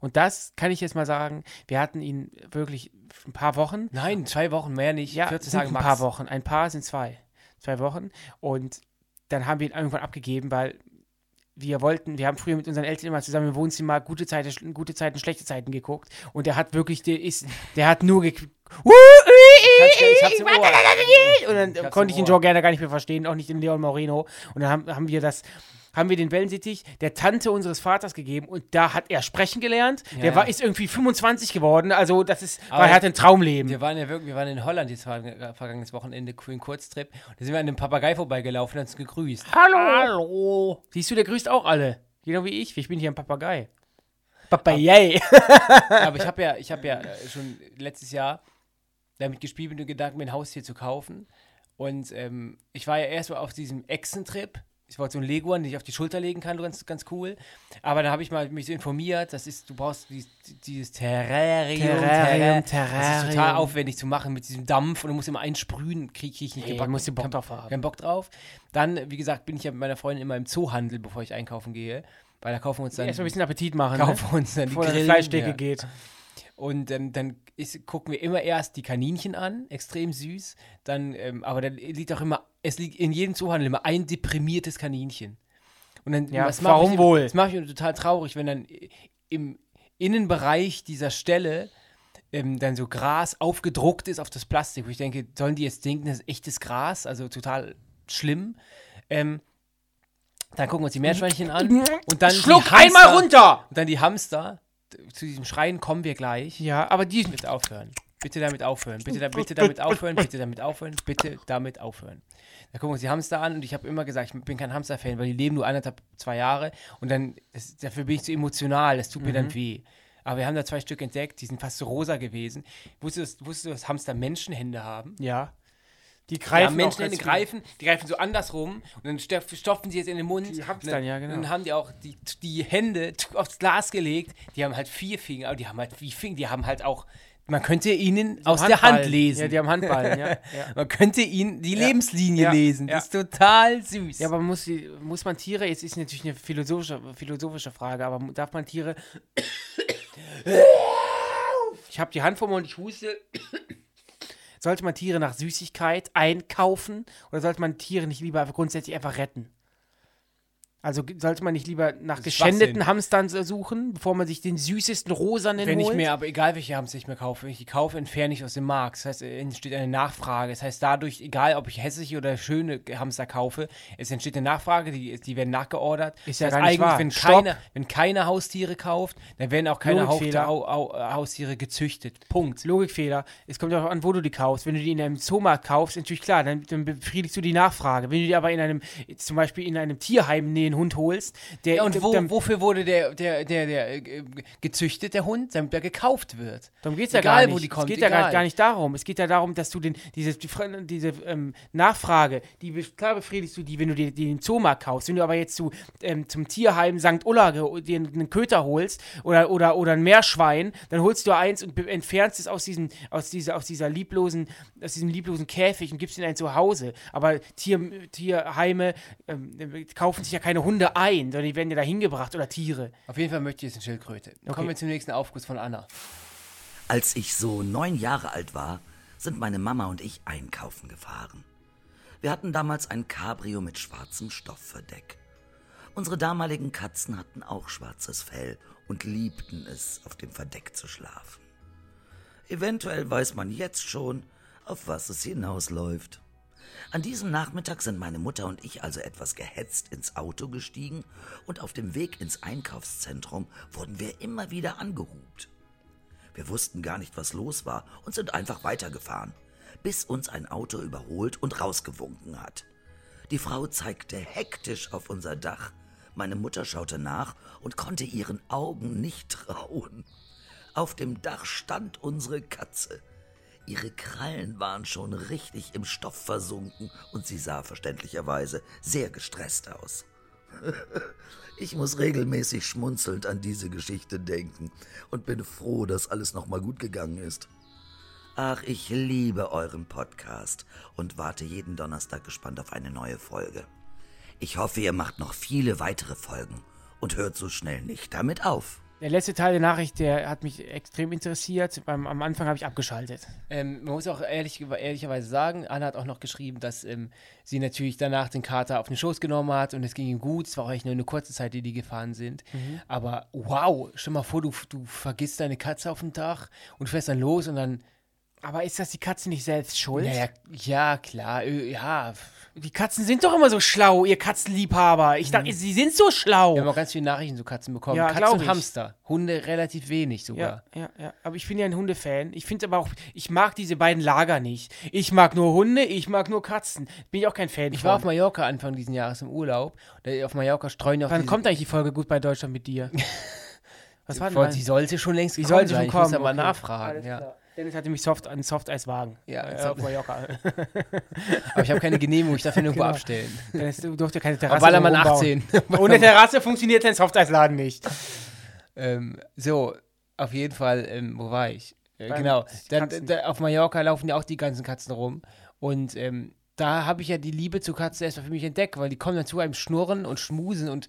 [SPEAKER 2] Und das kann ich jetzt mal sagen, wir hatten ihn wirklich ein paar Wochen.
[SPEAKER 3] Nein, zwei Wochen mehr nicht.
[SPEAKER 2] Ja,
[SPEAKER 3] 14
[SPEAKER 2] sind
[SPEAKER 3] Tage
[SPEAKER 2] ein
[SPEAKER 3] max.
[SPEAKER 2] paar Wochen. Ein paar sind zwei. Zwei Wochen. Und dann haben wir ihn irgendwann abgegeben, weil wir wollten, wir haben früher mit unseren Eltern immer zusammen im Wohnzimmer gute Zeiten, schl- gute Zeiten, schlechte Zeiten geguckt. Und der hat wirklich, der ist, der hat nur gek Uh,
[SPEAKER 3] hab's- ich hab's im Ohr.
[SPEAKER 2] uh, uh, Und dann
[SPEAKER 3] Ich hab's
[SPEAKER 2] konnte
[SPEAKER 3] im
[SPEAKER 2] ich den
[SPEAKER 3] Ohr.
[SPEAKER 2] Joe gerne gar nicht mehr verstehen, auch nicht den Leon Moreno. Und dann haben, haben wir das, haben wir den Wellensittich der Tante unseres Vaters gegeben und da hat er sprechen gelernt. der
[SPEAKER 3] ja.
[SPEAKER 2] war, ist irgendwie 25 geworden, also das ist,
[SPEAKER 3] Aber
[SPEAKER 2] weil er hat ein Traumleben.
[SPEAKER 3] Wir waren ja wirklich, wir waren in Holland jetzt verg- vergangenes Wochenende, coolen Kurztrip. Und da sind wir an einem Papagei vorbeigelaufen und haben uns gegrüßt.
[SPEAKER 2] Hallo. Hallo. Siehst du, der grüßt auch alle. Genau wie ich. Ich bin hier ein Papagei. Papagei.
[SPEAKER 3] Ja, aber ich habe ja, ich habe ja äh, schon letztes Jahr damit gespielt mit dem Gedanken, mir ein Haustier zu kaufen. Und ähm, ich war ja erstmal auf diesem Echsentrip. Ich wollte so einen Leguan, den ich auf die Schulter legen kann, ganz, ganz cool. Aber dann habe ich mal mich so informiert, das ist, du brauchst dies- dieses Terrarium.
[SPEAKER 2] Terrarium,
[SPEAKER 3] Das ist total
[SPEAKER 2] Terrarium.
[SPEAKER 3] aufwendig zu machen mit diesem Dampf und du musst immer einsprühen, krieg krieg ich nicht
[SPEAKER 2] Nee,
[SPEAKER 3] gebacken.
[SPEAKER 2] musst du Bock
[SPEAKER 3] Kein-
[SPEAKER 2] drauf haben.
[SPEAKER 3] Kein Bock drauf. Dann, wie gesagt, bin ich ja mit meiner Freundin immer im Zoohandel, bevor ich einkaufen gehe. Weil da kaufen wir uns dann,
[SPEAKER 2] Erstmal ein bisschen Appetit machen. Ne?
[SPEAKER 3] kaufen wir uns dann die
[SPEAKER 2] Bevor die
[SPEAKER 3] Grillen.
[SPEAKER 2] Fleischdecke
[SPEAKER 3] ja.
[SPEAKER 2] geht.
[SPEAKER 3] Und ähm, dann ist, gucken wir immer erst die Kaninchen an, extrem süß. Dann, ähm, aber dann liegt auch immer, es liegt in jedem Zuhandel immer ein deprimiertes Kaninchen. Und dann,
[SPEAKER 2] Ja,
[SPEAKER 3] das macht
[SPEAKER 2] warum
[SPEAKER 3] mich,
[SPEAKER 2] wohl?
[SPEAKER 3] Das macht mich total traurig, wenn dann im Innenbereich dieser Stelle ähm, dann so Gras aufgedruckt ist auf das Plastik. Wo ich denke, sollen die jetzt denken, das ist echtes Gras? Also total schlimm. Ähm, dann gucken wir uns die Meerschweinchen an. Und dann die
[SPEAKER 2] Schluck
[SPEAKER 3] Hamster-
[SPEAKER 2] einmal runter.
[SPEAKER 3] Und dann die Hamster. Zu diesem Schreien kommen wir gleich.
[SPEAKER 2] Ja, aber die.
[SPEAKER 3] Bitte aufhören. Bitte damit aufhören. Bitte, da, bitte damit aufhören. Bitte damit aufhören. Bitte damit aufhören. Da gucken wir uns die Hamster an und ich habe immer gesagt, ich bin kein Hamster-Fan, weil die leben nur anderthalb, zwei Jahre und dann, das, dafür bin ich zu emotional, das tut mir dann weh. Aber wir haben da zwei Stück entdeckt, die sind fast so rosa gewesen. Wusstest du, wusstest du dass Hamster Menschenhände haben?
[SPEAKER 2] Ja. Die
[SPEAKER 3] Ja,
[SPEAKER 2] greifen. auch
[SPEAKER 3] Menschenhände
[SPEAKER 2] ganz viel.
[SPEAKER 3] greifen, die greifen so andersrum und dann stopf- stopfen sie jetzt in den Mund.
[SPEAKER 2] Die Hamstern,
[SPEAKER 3] Und dann,
[SPEAKER 2] ja, genau.
[SPEAKER 3] Dann haben die auch die, die Hände aufs Glas gelegt. Die haben halt vier Finger, aber die haben halt wie Finger, die haben halt auch, man könnte ihnen aus der
[SPEAKER 2] Handballen.
[SPEAKER 3] Hand lesen.
[SPEAKER 2] Ja, die haben Handballen, ja. ja.
[SPEAKER 3] man könnte ihnen die Lebenslinie
[SPEAKER 2] Ja.
[SPEAKER 3] lesen.
[SPEAKER 2] Ja.
[SPEAKER 3] Das ist total süß.
[SPEAKER 2] Ja, aber muss, die- muss man Tiere, jetzt ist natürlich eine philosophische, philosophische Frage, aber mu- darf man Tiere. Ich habe die Hand vor mir und ich huste. Sollte man Tiere nach Süßigkeit einkaufen oder sollte man Tiere nicht lieber grundsätzlich einfach retten? Also g- sollte man nicht lieber nach
[SPEAKER 3] Schwachsinn.
[SPEAKER 2] geschändeten Hamstern äh, suchen, bevor man sich den süßesten rosanen
[SPEAKER 3] Wenn
[SPEAKER 2] holt?
[SPEAKER 3] ich mir, aber egal welche Hamster ich mir kaufe, wenn ich die kaufe, entferne ich aus dem Markt. Das heißt, äh, entsteht eine Nachfrage. Das heißt, dadurch, egal ob ich hässliche oder schöne Hamster kaufe, es entsteht eine Nachfrage, die, die werden nachgeordert.
[SPEAKER 2] Ist ja
[SPEAKER 3] das
[SPEAKER 2] gar nicht wahr.
[SPEAKER 3] wenn
[SPEAKER 2] Stopp.
[SPEAKER 3] keine, wenn keine Haustiere kauft, dann werden auch keine
[SPEAKER 2] Logikfehler.
[SPEAKER 3] Haustiere, Hau, Hau, Haustiere gezüchtet. Punkt.
[SPEAKER 2] Logikfehler. Es kommt darauf an, wo du die kaufst. Wenn du die in einem Zoomarkt kaufst, ist natürlich klar, dann, dann befriedigst du die Nachfrage. Wenn du die aber in einem, zum Beispiel in einem Tierheim nee, einen Hund holst, der
[SPEAKER 3] Ja, und wo,
[SPEAKER 2] dann,
[SPEAKER 3] wofür wurde der, der, der, der äh, ge- gezüchtet, der Hund, damit er gekauft wird?
[SPEAKER 2] darum geht es ja
[SPEAKER 3] egal,
[SPEAKER 2] gar nicht.
[SPEAKER 3] wo die kommt,
[SPEAKER 2] es geht ja gar,
[SPEAKER 3] egal.
[SPEAKER 2] gar nicht darum. Es geht ja darum, dass du den, diese, die, Fra- diese ähm, Nachfrage, die be- klar befriedigst du die, wenn du dir die im Zoomarkt kaufst. Wenn du aber jetzt zu, ähm, zum Tierheim St. Ulla ge- dir einen Köter holst oder, oder, oder ein Meerschwein, dann holst du eins und be- entfernst es aus diesem, aus dieser, aus dieser lieblosen, aus diesem lieblosen Käfig und gibst ihnen ein Zuhause. Aber Tier, Tierheime äh, ähm, kaufen sich ja keine Hunde ein, sondern die werden ja da hingebracht oder Tiere.
[SPEAKER 3] Auf jeden Fall möchte ich jetzt eine Schildkröte. Kommen wir zum nächsten Aufguss von Anna.
[SPEAKER 1] Als ich so neun Jahre alt war, sind meine Mama und ich einkaufen gefahren. Wir hatten damals ein Cabrio mit schwarzem Stoffverdeck. Unsere damaligen Katzen hatten auch schwarzes Fell und liebten es, auf dem Verdeck zu schlafen. Eventuell weiß man jetzt schon, auf was es hinausläuft. An diesem Nachmittag sind meine Mutter und ich also etwas gehetzt ins Auto gestiegen und auf dem Weg ins Einkaufszentrum wurden wir immer wieder angehupt. Wir wussten gar nicht, was los war und sind einfach weitergefahren, bis uns ein Auto überholt und rausgewunken hat. Die Frau zeigte hektisch auf unser Dach. Meine Mutter schaute nach und konnte ihren Augen nicht trauen. Auf dem Dach stand unsere Katze. Ihre Krallen waren schon richtig im Stoff versunken und sie sah verständlicherweise sehr gestresst aus. Ich muss regelmäßig schmunzelnd an diese Geschichte denken und bin froh, dass alles nochmal gut gegangen ist. Ach, ich liebe euren Podcast und warte jeden Donnerstag gespannt auf eine neue Folge. Ich hoffe, ihr macht noch viele weitere Folgen und hört so schnell nicht damit auf.
[SPEAKER 2] Der letzte Teil der Nachricht, der hat mich extrem interessiert. Beim, am Anfang habe ich abgeschaltet.
[SPEAKER 3] Ähm, man muss auch ehrlich, ehrlicherweise sagen, Anna hat auch noch geschrieben, dass ähm, sie natürlich danach den Kater auf den Schoß genommen hat und es ging ihm gut. Es war auch echt nur eine kurze Zeit, die die gefahren sind.
[SPEAKER 2] Mhm.
[SPEAKER 3] Aber wow, stell mal vor, du, du vergisst deine Katze auf dem Dach und fährst dann los und dann.
[SPEAKER 2] Aber ist das die Katze nicht selbst schuld?
[SPEAKER 3] Naja, ja, klar, äh, ja. f-
[SPEAKER 2] Die Katzen sind doch immer so schlau, ihr Katzenliebhaber. Ich dachte, sie sind so schlau.
[SPEAKER 3] Wir haben auch ganz viele Nachrichten zu Katzen bekommen.
[SPEAKER 2] Ja, glaub
[SPEAKER 3] Katzen und
[SPEAKER 2] ich.
[SPEAKER 3] Hamster. Hunde relativ wenig sogar.
[SPEAKER 2] ja, ja, ja. Aber ich bin ja ein Hundefan. Ich finde aber auch, ich mag diese beiden Lager nicht. Ich mag nur Hunde, ich mag nur Katzen. Bin ich auch kein Fan.
[SPEAKER 3] Ich war auf
[SPEAKER 2] von.
[SPEAKER 3] Mallorca Anfang diesen Jahres im Urlaub. Da- Auf Mallorca streuen ja auch
[SPEAKER 2] Wann
[SPEAKER 3] diese-
[SPEAKER 2] kommt eigentlich die Folge gut bei Deutschland mit dir? Was war denn
[SPEAKER 3] Voll,
[SPEAKER 2] dein-
[SPEAKER 3] Sie sollte schon längst
[SPEAKER 2] Die
[SPEAKER 3] gekommen
[SPEAKER 2] sollte
[SPEAKER 3] sein.
[SPEAKER 2] schon
[SPEAKER 3] Ich
[SPEAKER 2] kommen.
[SPEAKER 3] muss da mal
[SPEAKER 2] okay.
[SPEAKER 3] nachfragen.
[SPEAKER 2] Alles
[SPEAKER 3] Ja.
[SPEAKER 2] klar. Dennis hatte mich soft, an Softeiswagen.
[SPEAKER 3] Ja, jetzt
[SPEAKER 2] äh,
[SPEAKER 3] hat-
[SPEAKER 2] auf Mallorca.
[SPEAKER 3] Aber ich habe keine Genehmigung, ich darf ihn irgendwo
[SPEAKER 2] Genau.
[SPEAKER 3] abstellen.
[SPEAKER 2] Dennis durfte keine Terrasse
[SPEAKER 3] Aber Ballermann
[SPEAKER 2] drumherum bauen.
[SPEAKER 3] 18.
[SPEAKER 2] Ohne Terrasse funktioniert dein Softeisladen nicht.
[SPEAKER 3] ähm, so, auf jeden Fall, ähm, wo war ich? Äh,
[SPEAKER 2] Beim
[SPEAKER 3] genau. Dann,
[SPEAKER 2] Katzen.
[SPEAKER 3] da, auf Mallorca laufen ja auch die ganzen Katzen rum. Und ähm, da habe ich ja die Liebe zu Katzen erstmal für mich entdeckt, weil die kommen dann zu einem Schnurren und Schmusen und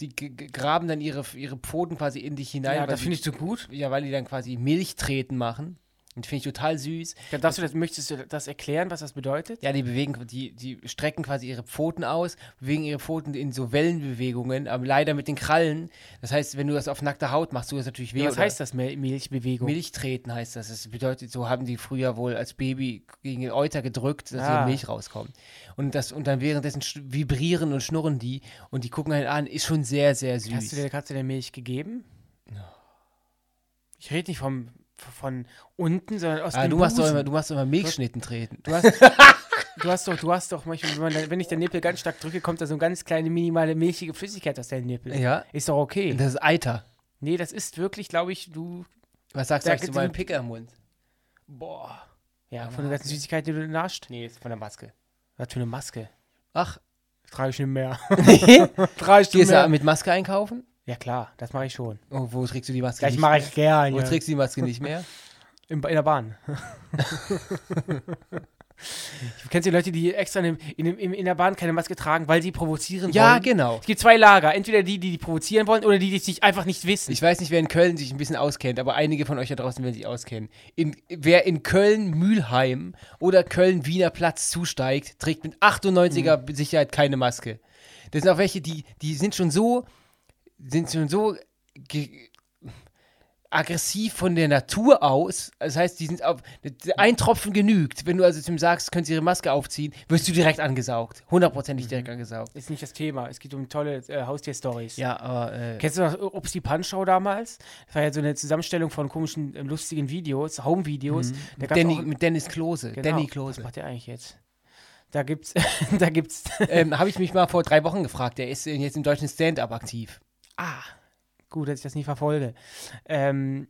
[SPEAKER 3] die g- g- graben dann ihre, ihre Pfoten quasi in dich hinein.
[SPEAKER 2] ja,
[SPEAKER 3] weil
[SPEAKER 2] das
[SPEAKER 3] die-
[SPEAKER 2] finde ich so gut.
[SPEAKER 3] ja, weil die dann quasi Milchtreten machen. Und finde ich total süß.
[SPEAKER 2] Ja, darfst du das, möchtest du das erklären, was das bedeutet?
[SPEAKER 3] Ja, die bewegen, die, die strecken quasi ihre Pfoten aus, bewegen ihre Pfoten in so Wellenbewegungen, aber leider mit den Krallen. Das heißt, wenn du das auf nackter Haut machst, tut das natürlich weh.
[SPEAKER 2] Ja, was
[SPEAKER 3] oder-
[SPEAKER 2] heißt das, Mel- Milchbewegung?
[SPEAKER 3] Milchtreten heißt das. Das bedeutet, so haben die früher wohl als Baby gegen den Euter gedrückt, dass
[SPEAKER 2] Ah.
[SPEAKER 3] ihre Milch rauskommt. Und, das, und dann währenddessen sch- vibrieren und schnurren die und die gucken einen an, ist schon sehr, sehr süß.
[SPEAKER 2] Hast du der Katze der Milch gegeben? Ich rede nicht vom, von unten, sondern aus
[SPEAKER 3] ah,
[SPEAKER 2] dem
[SPEAKER 3] du, machst doch
[SPEAKER 2] Busen.
[SPEAKER 3] immer, du machst doch immer Milchschnitten treten.
[SPEAKER 2] Du hast, du hast doch, du hast doch manchmal, wenn, man, da- wenn ich den Nippel ganz stark drücke, kommt da so eine ganz kleine minimale milchige Flüssigkeit aus deinem Nippel.
[SPEAKER 3] Ja.
[SPEAKER 2] Ist doch okay.
[SPEAKER 3] Das ist Eiter.
[SPEAKER 2] Nee, das ist wirklich, glaube ich, du.
[SPEAKER 3] Was sagst,
[SPEAKER 2] Da
[SPEAKER 3] sagst du
[SPEAKER 2] gibt's
[SPEAKER 3] mal
[SPEAKER 2] einen-
[SPEAKER 3] einen Picker im Mund?
[SPEAKER 2] Boah. Ja, von der ganzen Süßigkeit, die du nascht? Nee, ist von der Maske. Was für eine Maske?
[SPEAKER 3] Ach,
[SPEAKER 2] Trage ich nicht mehr.
[SPEAKER 3] drei Stunden. Gehst du
[SPEAKER 2] mehr.
[SPEAKER 3] mit Maske einkaufen?
[SPEAKER 2] Ja, klar, das mache ich schon.
[SPEAKER 3] Oh, wo trägst du die Maske
[SPEAKER 2] Gleich
[SPEAKER 3] nicht
[SPEAKER 2] mache ich gern.
[SPEAKER 3] Wo
[SPEAKER 2] Ja.
[SPEAKER 3] trägst du die Maske nicht mehr?
[SPEAKER 2] In, in der Bahn. ich kennst du die Leute, die extra in, in, in, in der Bahn keine Maske tragen, weil sie provozieren
[SPEAKER 3] ja,
[SPEAKER 2] wollen?
[SPEAKER 3] genau.
[SPEAKER 2] Es gibt zwei Lager. Entweder die, die die provozieren wollen, oder die, die es sich einfach nicht wissen.
[SPEAKER 3] Ich weiß nicht, wer in Köln sich ein bisschen auskennt, aber einige von euch da draußen werden sich auskennen. In, wer in Köln-Mülheim Mhm. oder Köln-Wiener Platz zusteigt, trägt mit 98er Sicherheit keine Maske. Das sind auch welche, die, die sind schon so, sind schon so ge- aggressiv von der Natur aus. Das heißt, die sind auf. Ein Tropfen genügt. Wenn du also zu ihm sagst, können sie ihre Maske aufziehen, wirst du direkt angesaugt. Hundertprozentig direkt angesaugt.
[SPEAKER 2] Ist nicht das Thema. Es geht um tolle äh, Haustier-Stories.
[SPEAKER 3] Ja, aber äh,
[SPEAKER 2] Kennst du noch Ups die Pan-Show damals? Das war ja so eine Zusammenstellung von komischen, äh, lustigen Videos, Home-Videos. Da gab's
[SPEAKER 3] Mhm. Danny,
[SPEAKER 2] auch-
[SPEAKER 3] mit Dennis Klose.
[SPEAKER 2] Genau.
[SPEAKER 3] Danny
[SPEAKER 2] Was
[SPEAKER 3] Klose.
[SPEAKER 2] macht der eigentlich jetzt? Da gibt's, da gibt's,
[SPEAKER 3] Ähm, Habe ich mich mal vor drei Wochen gefragt. Der ist äh, jetzt im deutschen Stand-up aktiv.
[SPEAKER 2] ah, gut, dass ich das nicht verfolge. Ähm,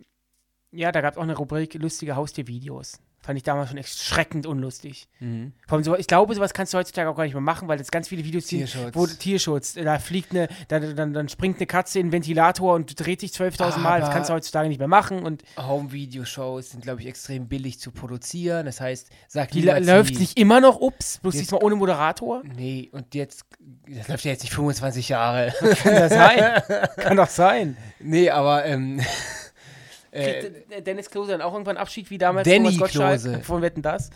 [SPEAKER 2] ja, da gab's auch eine Rubrik lustige Haustiervideos. Fand ich damals schon erschreckend unlustig.
[SPEAKER 3] Mhm.
[SPEAKER 2] Vor allem so, ich glaube, sowas kannst du heutzutage auch gar nicht mehr machen, weil es ganz viele Videos sind,
[SPEAKER 3] Tierschutz.
[SPEAKER 2] wo Tierschutz, da fliegt eine, da, dann, dann springt eine Katze in den Ventilator und dreht sich 12.000 Mal. Das
[SPEAKER 3] Aber-
[SPEAKER 2] kannst du heutzutage nicht mehr machen und
[SPEAKER 3] Home-Video-Shows sind, glaube ich, extrem billig zu produzieren. Das heißt, sag
[SPEAKER 2] Die
[SPEAKER 3] niemals
[SPEAKER 2] läuft
[SPEAKER 3] nie.
[SPEAKER 2] nicht immer noch, ups, bloß
[SPEAKER 3] Jetzt-
[SPEAKER 2] diesmal ohne Moderator?
[SPEAKER 3] Nee, und jetzt, das läuft ja jetzt nicht 25 Jahre.
[SPEAKER 2] Kann das sein? Kann doch sein.
[SPEAKER 3] nee, aber ähm, äh,
[SPEAKER 2] Kriegt äh, Dennis Klose dann auch irgendwann Abschied wie damals
[SPEAKER 3] Danny
[SPEAKER 2] Thomas Gottschalk
[SPEAKER 3] Klose.
[SPEAKER 2] von Wetten das?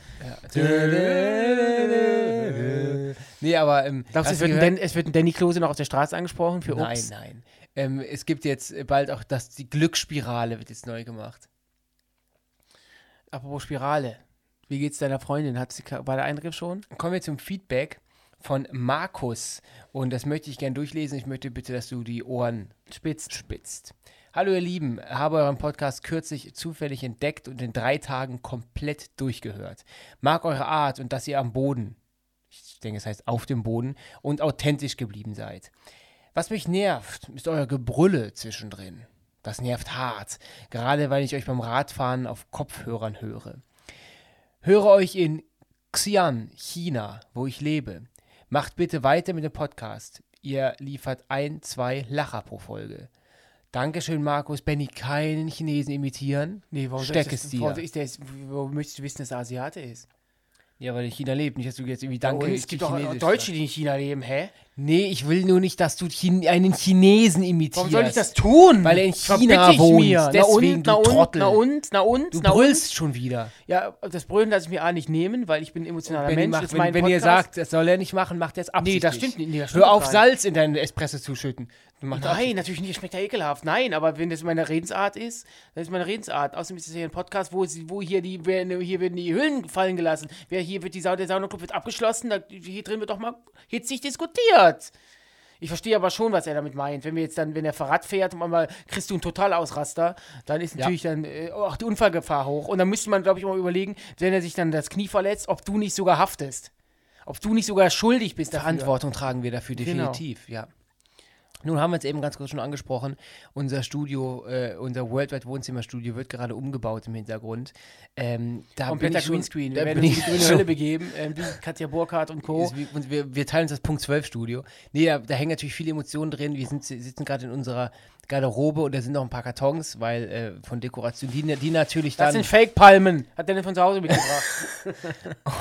[SPEAKER 3] nee, aber ähm,
[SPEAKER 2] Glaubst du, es
[SPEAKER 3] hast
[SPEAKER 2] wird, ein
[SPEAKER 3] gehört?
[SPEAKER 2] Dan, es wird ein Danny Klose noch auf der Straße angesprochen für
[SPEAKER 3] Nein,
[SPEAKER 2] Ups?
[SPEAKER 3] nein. Ähm, es gibt jetzt bald auch das, die Glücksspirale wird jetzt neu gemacht.
[SPEAKER 2] Apropos Spirale. Wie geht's deiner Freundin? Hat sie, ka- war der Eingriff schon?
[SPEAKER 3] Kommen wir zum Feedback von Markus. Und das möchte ich gerne durchlesen. Ich möchte bitte, dass du die Ohren
[SPEAKER 2] Spitz.
[SPEAKER 3] spitzt. Hallo ihr Lieben, habe euren Podcast kürzlich zufällig entdeckt und in drei Tagen komplett durchgehört. Mag eure Art und dass ihr am Boden, ich denke es heißt auf dem Boden, und authentisch geblieben seid. Was mich nervt, ist euer Gebrülle zwischendrin. Das nervt hart, gerade weil ich euch beim Radfahren auf Kopfhörern höre. Höre euch in Xi'an, China, wo ich lebe. Macht bitte weiter mit dem Podcast. Ihr liefert ein, zwei Lacher pro Folge. Dankeschön, Markus. Benny, keinen Chinesen imitieren.
[SPEAKER 2] Nee, warum
[SPEAKER 3] Steck
[SPEAKER 2] soll ich
[SPEAKER 3] es
[SPEAKER 2] das,
[SPEAKER 3] dir.
[SPEAKER 2] warum soll ich das, wo möchtest du wissen, dass er Asiate ist?
[SPEAKER 3] Ja, weil er in China lebt. Nicht, dass du jetzt irgendwie Danke
[SPEAKER 2] Und es gibt auch auch
[SPEAKER 3] Chinesisch
[SPEAKER 2] Deutsche,
[SPEAKER 3] sagst.
[SPEAKER 2] die in China leben, hä?
[SPEAKER 3] Nee, ich will nur nicht, dass du Chin einen Chinesen imitierst.
[SPEAKER 2] Warum soll ich das tun?
[SPEAKER 3] Weil er in China
[SPEAKER 2] Verbitte ich
[SPEAKER 3] wohnt.
[SPEAKER 2] Mir.
[SPEAKER 3] Deswegen,
[SPEAKER 2] na
[SPEAKER 3] du
[SPEAKER 2] und,
[SPEAKER 3] Trottel.
[SPEAKER 2] Na und, na und,
[SPEAKER 3] Du
[SPEAKER 2] na und.
[SPEAKER 3] brüllst schon wieder.
[SPEAKER 2] Ja, das Brüllen lasse ich mir A nicht nehmen, weil ich bin ein emotionaler
[SPEAKER 3] Benny
[SPEAKER 2] Mensch.
[SPEAKER 3] macht,
[SPEAKER 2] ist
[SPEAKER 3] wenn,
[SPEAKER 2] mein
[SPEAKER 3] wenn ihr
[SPEAKER 2] Podcast.
[SPEAKER 3] sagt, das soll er nicht machen, macht er es absichtlich.
[SPEAKER 2] Nee, das stimmt nicht. Nee, das stimmt
[SPEAKER 3] Hör
[SPEAKER 2] doch
[SPEAKER 3] auf,
[SPEAKER 2] gar
[SPEAKER 3] Salz in deinen Espresso zu schütten. Du machst
[SPEAKER 2] Nein, natürlich nicht, das schmeckt ja ekelhaft. Nein, aber wenn das meine Redensart ist, dann ist meine Redensart. Außerdem ist das hier ein Podcast, wo, sie- wo hier die, werden- hier werden die Hüllen fallen gelassen. Wer hier wird die Sau, der Saunaclub wird abgeschlossen, da, hier drin wird doch mal hitzig diskutiert. Ich verstehe aber schon, was er damit meint. Wenn wir jetzt dann, wenn er Fahrrad fährt und einmal kriegst du einen Totalausraster, dann ist natürlich dann äh, auch die Unfallgefahr hoch. Und dann müsste man, glaube ich, mal überlegen, wenn er sich dann das Knie verletzt, ob du nicht sogar haftest. Ob du nicht sogar schuldig bist dafür.
[SPEAKER 3] Verantwortung tragen wir dafür
[SPEAKER 2] Genau.
[SPEAKER 3] definitiv, ja. Nun haben wir es eben ganz kurz schon angesprochen. Unser Studio, äh, unser Worldwide Wohnzimmerstudio wird gerade umgebaut im Hintergrund. Ähm, da
[SPEAKER 2] Und
[SPEAKER 3] bin
[SPEAKER 2] Peter
[SPEAKER 3] ich schon-
[SPEAKER 2] Greenscreen.
[SPEAKER 3] da
[SPEAKER 2] Wir werden
[SPEAKER 3] bin
[SPEAKER 2] uns in
[SPEAKER 3] ich
[SPEAKER 2] die grüne
[SPEAKER 3] schon-
[SPEAKER 2] Hölle begeben. Ähm, die Katja Burkhardt und Co.
[SPEAKER 3] Ist wie- und wir, wir teilen uns das Punkt 12 Studio. Nee, da, da hängen natürlich viele Emotionen drin. Wir sind, sitzen gerade in unserer Garderobe und da sind noch ein paar Kartons, weil äh, von Dekoration, die, die natürlich
[SPEAKER 2] Das
[SPEAKER 3] dann
[SPEAKER 2] sind Fake-Palmen. Hat Dennis von zu Hause mitgebracht.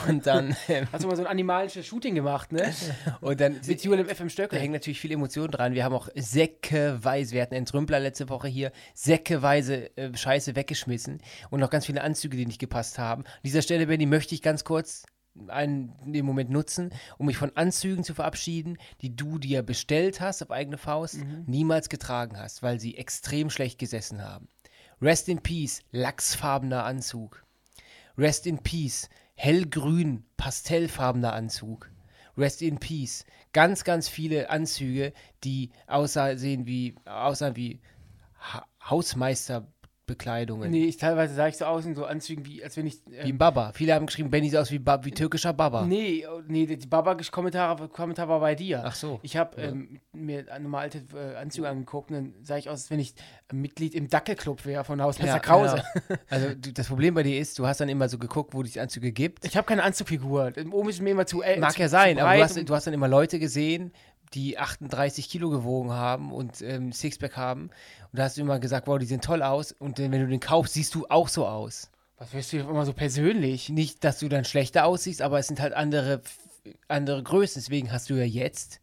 [SPEAKER 3] und dann ähm,
[SPEAKER 2] Hast du mal so ein animalisches Shooting gemacht, ne?
[SPEAKER 3] und dann
[SPEAKER 2] Mit Julian FM
[SPEAKER 3] Da
[SPEAKER 2] Stöckel.
[SPEAKER 3] hängen natürlich viele Emotionen dran. Wir haben auch säckeweise, wir hatten einen Trümpler letzte Woche hier, säckeweise äh, Scheiße weggeschmissen und noch ganz viele Anzüge, die nicht gepasst haben. An dieser Stelle, Benny, möchte ich ganz kurz einen, den Moment nutzen, um mich von Anzügen zu verabschieden, die du dir bestellt hast auf eigene Faust, Mhm. niemals getragen hast, weil sie extrem schlecht gesessen haben. Rest in Peace, lachsfarbener Anzug. Rest in Peace, hellgrün, pastellfarbener Anzug. Rest in Peace. Ganz, ganz viele Anzüge, die aussehen wie, aussahen wie ha Hausmeisterbekleidungen.
[SPEAKER 2] Nee, ich teilweise sah ich so aus in so Anzügen wie, als wenn ich.
[SPEAKER 3] Wie
[SPEAKER 2] Ähm,
[SPEAKER 3] Baba. Viele haben geschrieben, Benny sieht aus wie, Bab wie türkischer Baba.
[SPEAKER 2] nee, oh, nee, die Baba-Kommentar Kommentar war bei dir.
[SPEAKER 3] Ach so.
[SPEAKER 2] Ich habe ähm, mir nochmal alte äh, Anzüge angeguckt und dann sah ich aus, als wenn ich Mitglied im Dackelclub wäre von Hausmeister Krause.
[SPEAKER 3] genau. Also du, das Problem bei dir ist, du hast dann immer so geguckt, wo die Anzüge gibt.
[SPEAKER 2] Ich habe keine Anzugfigur. Oben ist mir immer äh, zu eng.
[SPEAKER 3] Mag ja sein, aber du hast, du hast dann immer Leute gesehen, die 38 Kilo gewogen haben und ähm, Sixpack haben. Und da hast du immer gesagt, wow, die sehen toll aus. Und dann, wenn du den kaufst, siehst du auch so aus.
[SPEAKER 2] Was wirst du immer so persönlich?
[SPEAKER 3] Nicht, dass du dann schlechter aussiehst, aber es sind halt andere, andere Größen. Deswegen hast du ja jetzt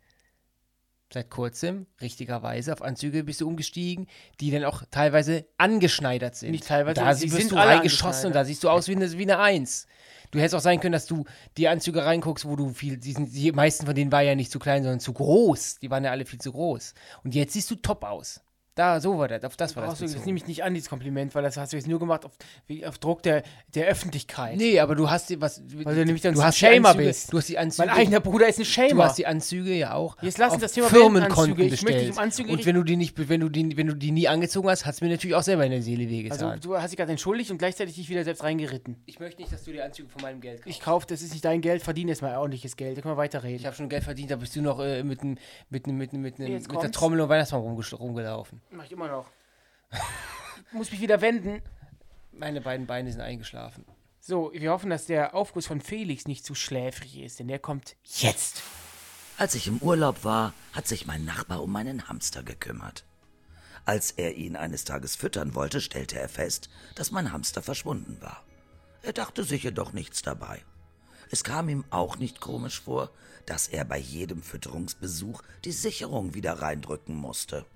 [SPEAKER 3] seit kurzem richtigerweise auf Anzüge bist du umgestiegen, die dann auch teilweise angeschneidert sind.
[SPEAKER 2] Nicht teilweise,
[SPEAKER 3] da
[SPEAKER 2] sie
[SPEAKER 3] bist
[SPEAKER 2] sind
[SPEAKER 3] du
[SPEAKER 2] alle
[SPEAKER 3] reingeschossen und da siehst du aus wie eine, wie eine Eins. Du hättest auch sein können, dass du die Anzüge reinguckst, wo du viel, die, sind, die meisten von denen waren ja nicht zu klein, sondern zu groß. Die waren ja alle viel zu groß. Und jetzt siehst du top aus. Da, so war das, auf das war das.
[SPEAKER 2] Brauchst du, das
[SPEAKER 3] bezogen.
[SPEAKER 2] nehme ich nicht an, dieses Kompliment, weil das hast du jetzt nur gemacht auf, wie- auf Druck der, der Öffentlichkeit.
[SPEAKER 3] Nee, aber du hast die, was,
[SPEAKER 2] Weil du nämlich dann
[SPEAKER 3] du
[SPEAKER 2] so
[SPEAKER 3] hast die
[SPEAKER 2] Shamer
[SPEAKER 3] Anzüge,
[SPEAKER 2] bist.
[SPEAKER 3] Du hast die Anzüge,
[SPEAKER 2] Mein eigener Bruder ist ein Shamer.
[SPEAKER 3] du hast die Anzüge ja auch
[SPEAKER 2] Jetzt lass uns
[SPEAKER 3] auf
[SPEAKER 2] das Thema
[SPEAKER 3] Firmenkonten
[SPEAKER 2] Anzüge. Ich möchte
[SPEAKER 3] bestellt.
[SPEAKER 2] dich um Anzüge
[SPEAKER 3] und wenn du die nicht, wenn du die, wenn du die nie angezogen hast, hat es mir natürlich auch selber in der Seele wehgetan.
[SPEAKER 2] also du hast dich gerade entschuldigt und gleichzeitig dich wieder selbst reingeritten.
[SPEAKER 3] ich möchte nicht, dass du die Anzüge von meinem Geld kaufst.
[SPEAKER 2] Ich kaufe, das ist nicht dein Geld, verdiene jetzt mal ordentliches Geld. Da können wir weiterreden.
[SPEAKER 3] Ich habe schon Geld verdient, da bist du noch äh, mit, nem- mit, nem- mit, nem- mit, nem-
[SPEAKER 2] Jetzt
[SPEAKER 3] mit der
[SPEAKER 2] kommt's.
[SPEAKER 3] Trommel und Weihnachtsbaum rumgesch- rumgelaufen.
[SPEAKER 2] Mach ich immer noch. ich muss mich wieder wenden.
[SPEAKER 3] Meine beiden Beine sind eingeschlafen.
[SPEAKER 2] So, wir hoffen, dass der Aufguss von Felix nicht zu schläfrig ist, denn der kommt jetzt.
[SPEAKER 1] Als ich im Urlaub war, hat sich mein Nachbar um meinen Hamster gekümmert. Als er ihn eines Tages füttern wollte, stellte er fest, dass mein Hamster verschwunden war. Er dachte sich jedoch nichts dabei. Es kam ihm auch nicht komisch vor, dass er bei jedem Fütterungsbesuch die Sicherung wieder reindrücken musste.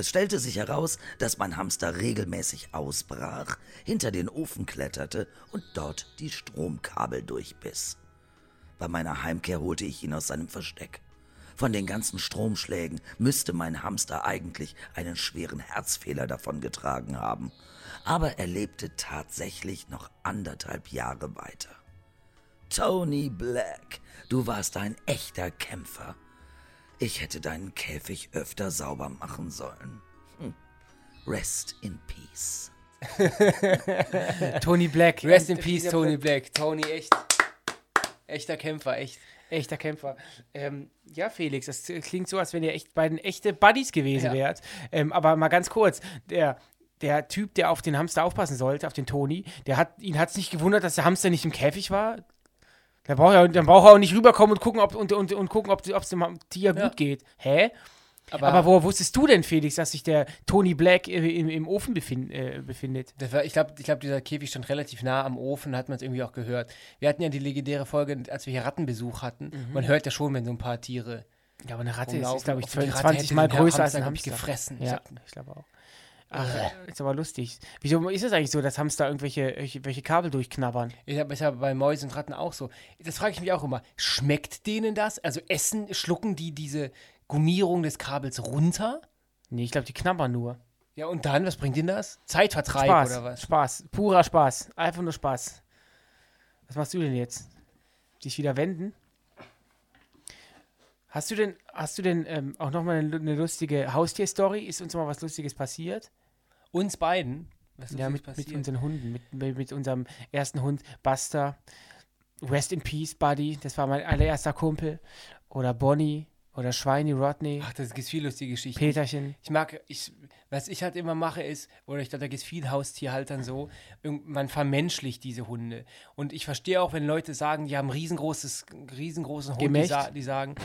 [SPEAKER 1] Es stellte sich heraus, dass mein Hamster regelmäßig ausbrach, hinter den Ofen kletterte und dort die Stromkabel durchbiss. Bei meiner Heimkehr holte ich ihn aus seinem Versteck. Von den ganzen Stromschlägen müsste mein Hamster eigentlich einen schweren Herzfehler davongetragen haben. Aber er lebte tatsächlich noch anderthalb Jahre weiter. Tony Black, du warst ein echter Kämpfer. Ich hätte deinen Käfig öfter sauber machen sollen. Hm. Rest in Peace.
[SPEAKER 2] Tony Black.
[SPEAKER 3] Rest
[SPEAKER 2] Ein
[SPEAKER 3] in peace,
[SPEAKER 2] richtiger
[SPEAKER 3] Tony Black. Tony, echt. Echter Kämpfer, echt.
[SPEAKER 2] Echter Kämpfer. Ähm, ja, Felix, das klingt so, als wenn ihr echt beiden echte Buddies gewesen
[SPEAKER 3] Ja.
[SPEAKER 2] wärt. Ähm, aber mal ganz kurz, der, der Typ, der auf den Hamster aufpassen sollte, auf den Toni, der hat, ihn hat es nicht gewundert, dass der Hamster nicht im Käfig war. Da braucht er, dann braucht er auch nicht rüberkommen und gucken, ob und, und, und gucken, ob es dem Ham- Tier
[SPEAKER 3] Ja.
[SPEAKER 2] gut geht. Hä?
[SPEAKER 3] Aber,
[SPEAKER 2] Aber woher wusstest du denn, Felix, dass sich der Tony Black äh, im, im Ofen befin- äh, befindet?
[SPEAKER 3] das war, ich glaube, ich glaub, dieser Käfig stand relativ nah am Ofen, hat man es irgendwie auch gehört. Wir hatten ja die legendäre Folge, als wir hier Rattenbesuch hatten.
[SPEAKER 2] Mhm.
[SPEAKER 3] Man hört ja schon, wenn so ein paar Tiere
[SPEAKER 2] Ja, aber eine Ratte ist,
[SPEAKER 3] rumlaufen.
[SPEAKER 2] ist glaube ich,
[SPEAKER 3] Ob die
[SPEAKER 2] 20,
[SPEAKER 3] Ratte hätte
[SPEAKER 2] Mal
[SPEAKER 3] den
[SPEAKER 2] größer als ein
[SPEAKER 3] glaub ich,
[SPEAKER 2] Hamster.
[SPEAKER 3] gefressen. Ich
[SPEAKER 2] Ja,
[SPEAKER 3] hab-
[SPEAKER 2] ich glaube auch. Ach, ist aber lustig. Wieso ist es eigentlich so, dass Hamster irgendwelche, irgendwelche welche Kabel durchknabbern?
[SPEAKER 3] Ich habe es ja bei Mäusen und Ratten auch so. Das frage ich mich auch immer. Schmeckt denen das? Also essen, schlucken die diese Gummierung des Kabels runter?
[SPEAKER 2] Nee, ich glaube, die knabbern nur.
[SPEAKER 3] Ja, und dann, was bringt denen das? Zeitvertreib
[SPEAKER 2] Spaß,
[SPEAKER 3] oder was?
[SPEAKER 2] Spaß, purer Spaß, einfach nur Spaß. Was machst du denn jetzt? Dich wieder wenden? Hast du denn, hast du denn ähm, auch nochmal eine, lu- eine lustige Haustier-Story? Ist uns mal was Lustiges passiert?
[SPEAKER 3] Uns beiden. Was ist
[SPEAKER 2] ja, mit, mit unseren Hunden, mit, mit, mit unserem ersten Hund Buster, Rest in Peace Buddy, das war mein allererster Kumpel, oder Bonnie, oder Schweini Rodney,
[SPEAKER 3] Ach, das gibt viel lustige Geschichten.
[SPEAKER 2] Peterchen.
[SPEAKER 3] Ich mag, ich, was ich halt immer mache ist, oder ich glaube, da geht es vielen Haustierhaltern so, irgend- man vermenschlicht diese Hunde. Und ich verstehe auch, wenn Leute sagen, die haben riesengroßes, riesengroßen Hund, die,
[SPEAKER 2] Gemächt?
[SPEAKER 3] sa die sagen,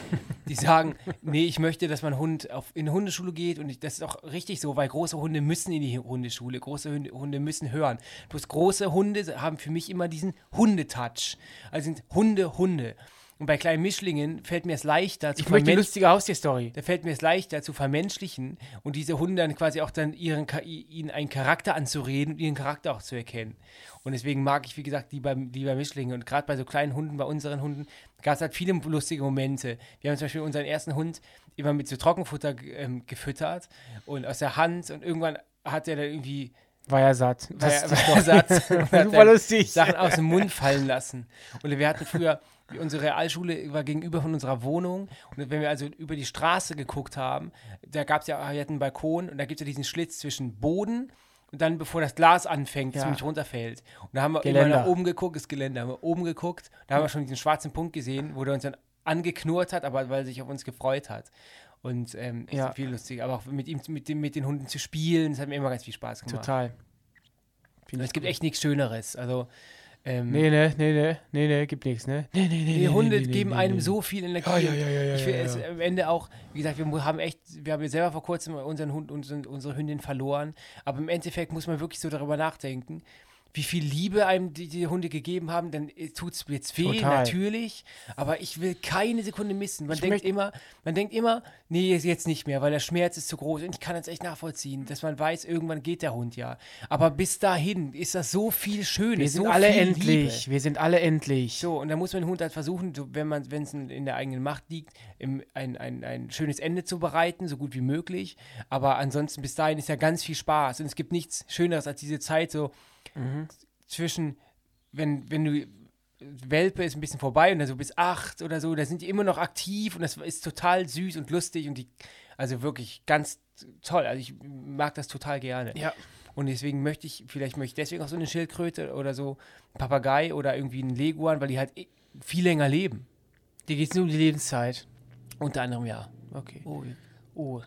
[SPEAKER 3] die sagen, nee, ich möchte, dass mein Hund auf, in eine Hundeschule geht und ich, das ist auch richtig so, weil große Hunde müssen in die Hundeschule, große Hunde, Hunde müssen hören. Bloß große Hunde haben für mich immer diesen Hundetouch. Also sind Hunde, Hunde. Und bei kleinen Mischlingen fällt mir es leichter zu
[SPEAKER 2] Ich möchte eine
[SPEAKER 3] vermensch-
[SPEAKER 2] lustige Haustier-Story.
[SPEAKER 3] da fällt mir es leichter zu vermenschlichen und diese Hunde dann quasi auch dann ihren, Ka- i- ihnen einen Charakter anzureden und ihren Charakter auch zu erkennen. Und deswegen mag ich, wie gesagt, die bei, die bei Mischlingen und gerade bei so kleinen Hunden, bei unseren Hunden, gab es halt viele lustige Momente. Wir haben zum Beispiel unseren ersten Hund immer mit so Trockenfutter ge- ähm, gefüttert und aus der Hand und irgendwann hat er dann irgendwie
[SPEAKER 2] War ja satt.
[SPEAKER 3] war
[SPEAKER 2] Das,
[SPEAKER 3] er, war er satt und hat
[SPEAKER 2] Super
[SPEAKER 3] dann
[SPEAKER 2] lustig.
[SPEAKER 3] Sachen aus dem Mund fallen lassen. Und wir hatten früher, unsere Realschule war gegenüber von unserer Wohnung. Und wenn wir also über die Straße geguckt haben, da gab es ja, wir hatten einen Balkon und da gibt es ja diesen Schlitz zwischen Boden und dann, bevor das Glas anfängt,
[SPEAKER 2] Ja.
[SPEAKER 3] ziemlich runterfällt. Und da haben wir immer
[SPEAKER 2] Geländer.
[SPEAKER 3] nach oben geguckt, das Geländer, haben wir oben geguckt, da haben wir schon diesen schwarzen Punkt gesehen, wo der uns dann angeknurrt hat, aber weil er sich auf uns gefreut hat. Und ähm,
[SPEAKER 2] Ja.
[SPEAKER 3] ist viel lustig, aber auch mit ihm, mit, dem, mit den Hunden zu spielen, das hat mir immer ganz viel Spaß gemacht.
[SPEAKER 2] total.
[SPEAKER 3] Es gibt echt nichts Schöneres. Also, ähm,
[SPEAKER 2] Nee, nee, nee, nee, nee, nee, gibt nichts, ne? Nee, nee, nee.
[SPEAKER 3] die Hunde geben einem so viel Energie.
[SPEAKER 2] ja, ja, ja, ja,
[SPEAKER 3] ich will
[SPEAKER 2] ja,
[SPEAKER 3] es am Ende auch, wie gesagt, wir mu- haben echt, wir haben ja selber vor kurzem unseren Hund, unseren, unsere Hündin verloren. Aber im Endeffekt muss man wirklich so darüber nachdenken. wie viel Liebe einem die, die Hunde gegeben haben, dann äh, tut's mir jetzt weh,
[SPEAKER 2] Total.
[SPEAKER 3] natürlich. Aber ich will keine Sekunde missen. Man
[SPEAKER 2] Ich
[SPEAKER 3] denkt
[SPEAKER 2] möcht-
[SPEAKER 3] immer, man denkt immer, nee, jetzt- jetzt nicht mehr, weil der Schmerz ist zu groß. Und ich kann das echt nachvollziehen, dass man weiß, irgendwann geht der Hund ja. Aber bis dahin ist das so viel Schönes.
[SPEAKER 2] Wir sind
[SPEAKER 3] so
[SPEAKER 2] alle
[SPEAKER 3] viel
[SPEAKER 2] endlich.
[SPEAKER 3] Liebe.
[SPEAKER 2] Wir sind alle endlich.
[SPEAKER 3] So, und da muss man den Hund halt versuchen, so, wenn man, wenn es in der eigenen Macht liegt, im, ein, ein, ein schönes Ende zu bereiten, so gut wie möglich. Aber ansonsten bis dahin ist ja ganz viel Spaß. Und es gibt nichts Schöneres als diese Zeit so zwischen, wenn, wenn du Welpe ist ein bisschen vorbei und dann so bis acht oder so, da sind die immer noch aktiv und das ist total süß und lustig und die, also wirklich ganz toll. Also ich mag das total gerne.
[SPEAKER 2] Ja.
[SPEAKER 3] Und deswegen möchte ich, vielleicht möchte ich deswegen auch so eine Schildkröte oder so, einen Papagei oder irgendwie einen Leguan, weil die halt eh viel länger leben.
[SPEAKER 2] Dir geht es nur um die Lebenszeit.
[SPEAKER 3] Unter anderem ja.
[SPEAKER 2] Okay.
[SPEAKER 3] Oh,
[SPEAKER 2] Oh,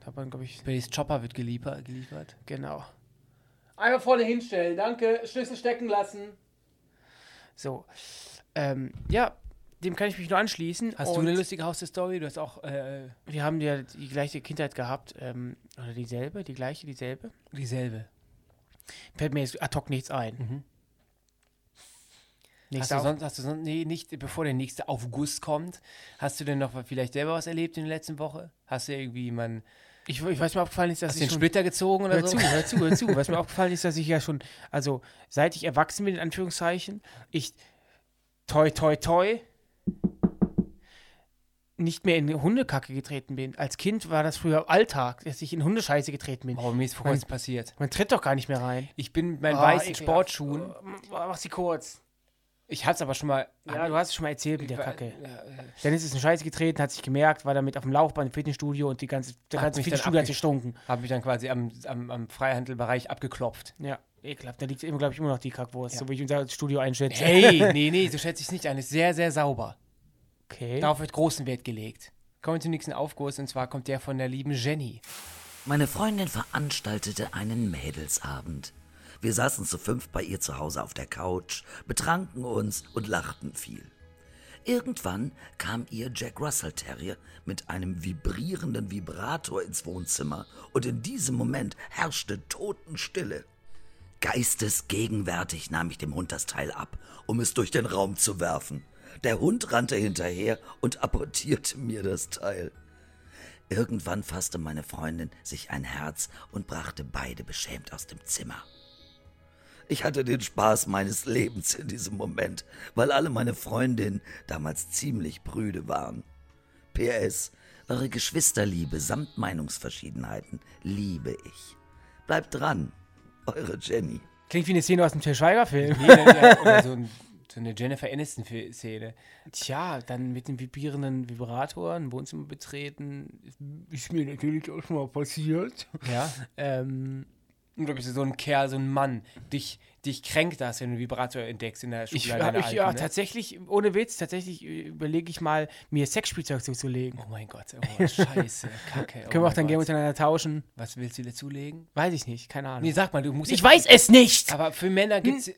[SPEAKER 2] da hat man, glaube ich,
[SPEAKER 3] Billy's Chopper wird geliefer, geliefert.
[SPEAKER 2] genau.
[SPEAKER 3] Einmal vorne hinstellen, danke. Schlüssel stecken lassen.
[SPEAKER 2] So. Ähm, ja, dem kann ich mich nur anschließen.
[SPEAKER 3] Hast du
[SPEAKER 2] Und
[SPEAKER 3] eine lustige Haustür-Story? Du hast auch äh,
[SPEAKER 2] Wir haben ja die gleiche Kindheit gehabt. Ähm, oder dieselbe, die gleiche, dieselbe.
[SPEAKER 3] dieselbe.
[SPEAKER 2] Fällt mir jetzt ad hoc nichts ein.
[SPEAKER 3] Hast
[SPEAKER 2] Nächster
[SPEAKER 3] du,
[SPEAKER 2] Auf-
[SPEAKER 3] sonst, hast du sonst, nee, nicht, bevor der nächste August kommt, hast du denn noch vielleicht selber was erlebt in der letzten Woche? Hast du irgendwie jemanden,
[SPEAKER 2] ich, ich weiß mir aufgefallen ist, dass
[SPEAKER 3] hast du
[SPEAKER 2] ich
[SPEAKER 3] den
[SPEAKER 2] schon
[SPEAKER 3] Splitter gezogen oder
[SPEAKER 2] Hör
[SPEAKER 3] so?
[SPEAKER 2] zu, hör zu, hör zu. Was mir aufgefallen ist, dass ich ja schon, also seit ich erwachsen bin, in Anführungszeichen, ich toi toi toi nicht mehr in Hundekacke getreten bin. Als Kind war das früher Alltag, dass ich in Hundescheiße getreten bin.
[SPEAKER 3] Oh, mir ist vor kurzem passiert.
[SPEAKER 2] Man tritt doch gar nicht mehr rein.
[SPEAKER 3] Ich bin mit meinen
[SPEAKER 2] Ah,
[SPEAKER 3] weißen
[SPEAKER 2] ekelhaft. Äh,
[SPEAKER 3] Sportschuhen,
[SPEAKER 2] Mach sie kurz.
[SPEAKER 3] ich hab's aber schon mal,
[SPEAKER 2] Ja, du hast es schon mal erzählt mit der
[SPEAKER 3] war-
[SPEAKER 2] Kacke.
[SPEAKER 3] ja, äh,
[SPEAKER 2] Dennis ist in Scheiße getreten, hat sich gemerkt, war damit auf dem Laufband im Fitnessstudio und die ganze, der
[SPEAKER 3] Hat
[SPEAKER 2] ganze
[SPEAKER 3] mich dann
[SPEAKER 2] Fitnessstudio hat
[SPEAKER 3] abge-
[SPEAKER 2] gestunken.
[SPEAKER 3] habe mich dann quasi am, am, am Freihandelbereich abgeklopft.
[SPEAKER 2] Ja, ekelhaft. Da liegt immer, glaube ich, immer noch die Kackwurst,
[SPEAKER 3] Ja.
[SPEAKER 2] so wie ich unser Studio einschätze.
[SPEAKER 3] Hey, nee, nee, so schätze ich es nicht ein. Ist sehr, sehr sauber.
[SPEAKER 2] Okay.
[SPEAKER 3] Darauf wird großen Wert gelegt. Kommen wir zum nächsten Aufguss und zwar kommt der von der lieben Jenny.
[SPEAKER 1] Meine Freundin veranstaltete einen Mädelsabend. Wir saßen zu fünf bei ihr zu Hause auf der Couch, betranken uns und lachten viel. Irgendwann kam ihr Jack Russell Terrier mit einem vibrierenden Vibrator ins Wohnzimmer und in diesem Moment herrschte Totenstille. Geistesgegenwärtig nahm ich dem Hund das Teil ab, um es durch den Raum zu werfen. Der Hund rannte hinterher und apportierte mir das Teil. Irgendwann fasste meine Freundin sich ein Herz und brachte beide beschämt aus dem Zimmer. Ich hatte den Spaß meines Lebens in diesem Moment, weil alle meine Freundinnen damals ziemlich prüde waren. PS, eure Geschwisterliebe samt Meinungsverschiedenheiten liebe ich. Bleibt dran, eure Jenny.
[SPEAKER 2] Klingt wie eine Szene aus dem Til Schweiger-Film.
[SPEAKER 3] Nee, oder oder so, ein, so eine Jennifer Aniston-Szene.
[SPEAKER 2] Tja, dann mit dem vibrierenden Vibrator ein Wohnzimmer betreten, ist mir natürlich auch schon mal passiert.
[SPEAKER 3] Ja.
[SPEAKER 2] Ähm,
[SPEAKER 3] Und du bist so ein Kerl, so ein Mann. Dich, dich kränkt das, wenn du einen Vibrator entdeckst in der
[SPEAKER 2] ich,
[SPEAKER 3] Schublade.
[SPEAKER 2] ja,
[SPEAKER 3] deiner
[SPEAKER 2] ich, ja
[SPEAKER 3] Alten, ne?
[SPEAKER 2] tatsächlich, ohne Witz, tatsächlich äh, überlege ich mal, mir Sexspielzeug zuzulegen.
[SPEAKER 3] Oh mein Gott, oh, scheiße, kacke.
[SPEAKER 2] Können
[SPEAKER 3] oh
[SPEAKER 2] wir auch
[SPEAKER 3] mein
[SPEAKER 2] dann gerne
[SPEAKER 3] Gott.
[SPEAKER 2] miteinander tauschen?
[SPEAKER 3] Was willst du dir zulegen?
[SPEAKER 2] Weiß ich nicht, keine Ahnung.
[SPEAKER 3] Nee, sag mal, du musst...
[SPEAKER 2] ich weiß es nicht!
[SPEAKER 3] Aber für Männer gibt's...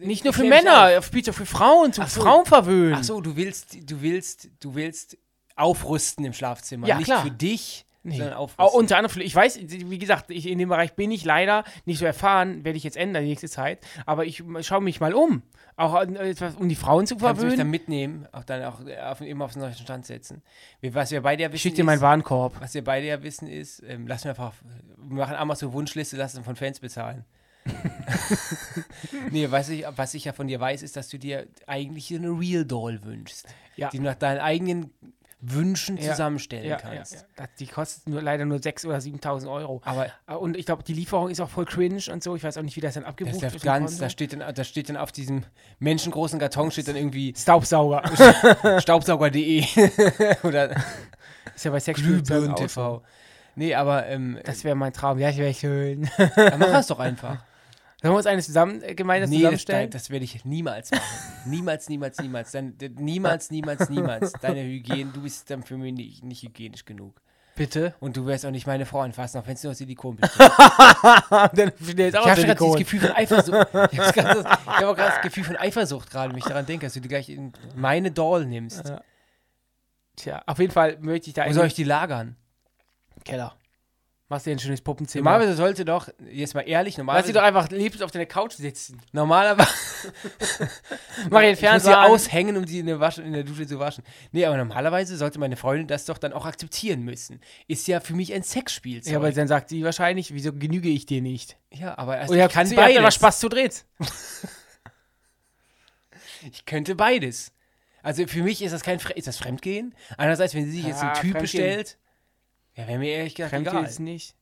[SPEAKER 2] Nicht nur für
[SPEAKER 3] Klär mich auf.
[SPEAKER 2] Männer, auf Spielzeug für Frauen, zu
[SPEAKER 3] Ach so.
[SPEAKER 2] Frauen verwöhnen.
[SPEAKER 3] Ach so, du willst, du willst, du willst aufrüsten im Schlafzimmer.
[SPEAKER 2] Ja,
[SPEAKER 3] Nicht
[SPEAKER 2] klar.
[SPEAKER 3] für dich,
[SPEAKER 2] Nee.
[SPEAKER 3] sondern
[SPEAKER 2] Au-
[SPEAKER 3] aufrüsten.
[SPEAKER 2] unter anderem, für- ich weiß, wie gesagt, ich, in dem Bereich bin ich leider nicht so erfahren, werde ich jetzt ändern die nächste Zeit, aber ich schaue mich mal um. Auch an- etwas, um die Frauen zu
[SPEAKER 3] Kannst du mich dann
[SPEAKER 2] verwöhnen.
[SPEAKER 3] mitnehmen, auch dann auch äh, auf, immer auf den neuesten Stand setzen. Wir, was wir beide ja wissen
[SPEAKER 2] Ich schicke dir
[SPEAKER 3] ist,
[SPEAKER 2] meinen Warenkorb.
[SPEAKER 3] was wir beide ja wissen ist, ähm, lassen wir einfach, wir machen Amazon Wunschliste, lassen uns von Fans bezahlen. nee, was ich, was ich ja von dir weiß, ist, dass du dir eigentlich so eine Real Doll wünschst,
[SPEAKER 2] Ja.
[SPEAKER 3] die du nach deinen eigenen Wünschen
[SPEAKER 2] Ja.
[SPEAKER 3] zusammenstellen
[SPEAKER 2] Ja, ja, ja.
[SPEAKER 3] kannst.
[SPEAKER 2] Das- Die kostet nur, leider nur 6.000 oder 7.000 Euro.
[SPEAKER 3] Aber
[SPEAKER 2] Ah, Und ich glaube, die Lieferung ist auch voll cringe und so. Ich weiß auch nicht, wie das dann
[SPEAKER 3] das
[SPEAKER 2] abgebucht
[SPEAKER 3] läuft
[SPEAKER 2] wird.
[SPEAKER 3] ganz, da steht, dann, da steht dann auf diesem menschengroßen Karton steht dann irgendwie
[SPEAKER 2] Staubsauger.
[SPEAKER 3] staubsauger.de oder
[SPEAKER 2] ist ja bei Sexspielzeug
[SPEAKER 3] Glühbirnen
[SPEAKER 2] auch so.
[SPEAKER 3] TV. Nee, aber ähm,
[SPEAKER 2] Das wäre mein Traum. Ja, ich wäre schön.
[SPEAKER 3] dann mach das doch einfach.
[SPEAKER 2] Sollen wir uns eines zusammen, äh, gemeinsam
[SPEAKER 3] nee, das,
[SPEAKER 2] zusammenstellen?
[SPEAKER 3] das werde ich niemals machen. niemals, niemals, niemals. Dann, d- niemals, niemals, niemals. Deine Hygiene, du bist dann für mich nicht, nicht hygienisch genug.
[SPEAKER 2] Bitte.
[SPEAKER 3] Und du wärst auch nicht meine Frau anfassen, auch wenn es nur aus Silikon bist.
[SPEAKER 2] Ah, Dann ist
[SPEAKER 3] Ich habe gerade dieses Gefühl von Eifersucht. Ich habe gerade das, ich hab auch grad das Gefühl von Eifersucht gerade, wenn ich daran denke, dass du die gleich in meine Doll nimmst.
[SPEAKER 2] Ja. Tja, auf jeden Fall möchte ich da
[SPEAKER 3] Wo
[SPEAKER 2] eigentlich-
[SPEAKER 3] soll ich die lagern?
[SPEAKER 2] Keller. Machst dir ein schönes Puppenzimmer.
[SPEAKER 3] Normalerweise sollte doch, jetzt mal ehrlich,
[SPEAKER 2] Genau. Lass
[SPEAKER 3] normalerweise.
[SPEAKER 2] dich doch einfach liebst auf deiner Couch sitzen.
[SPEAKER 3] Normalerweise.
[SPEAKER 2] Mach den
[SPEAKER 3] Ich muss
[SPEAKER 2] Fernseher
[SPEAKER 3] sie
[SPEAKER 2] an.
[SPEAKER 3] aushängen, um sie in der, Wasche, in der Dusche zu waschen. Nee, aber normalerweise sollte meine Freundin das doch dann auch akzeptieren müssen. Ist ja für mich ein Sexspielzeug.
[SPEAKER 2] Ja, aber dann sagt sie wahrscheinlich, wieso genüge ich dir nicht?
[SPEAKER 3] ja, aber also,
[SPEAKER 2] Oder
[SPEAKER 3] ich kann
[SPEAKER 2] Oh sie hat aber
[SPEAKER 3] beides.
[SPEAKER 2] Spaß zu dritt.
[SPEAKER 3] Ich könnte beides. Also für mich ist das kein Fre ist das Fremdgehen. Andererseits, wenn sie sich jetzt
[SPEAKER 2] Ah,
[SPEAKER 3] einen Typ
[SPEAKER 2] Fremdgehen.
[SPEAKER 3] bestellt, ja, wäre mir ehrlich gesagt
[SPEAKER 2] Fremdgehen
[SPEAKER 3] egal.
[SPEAKER 2] ist nicht.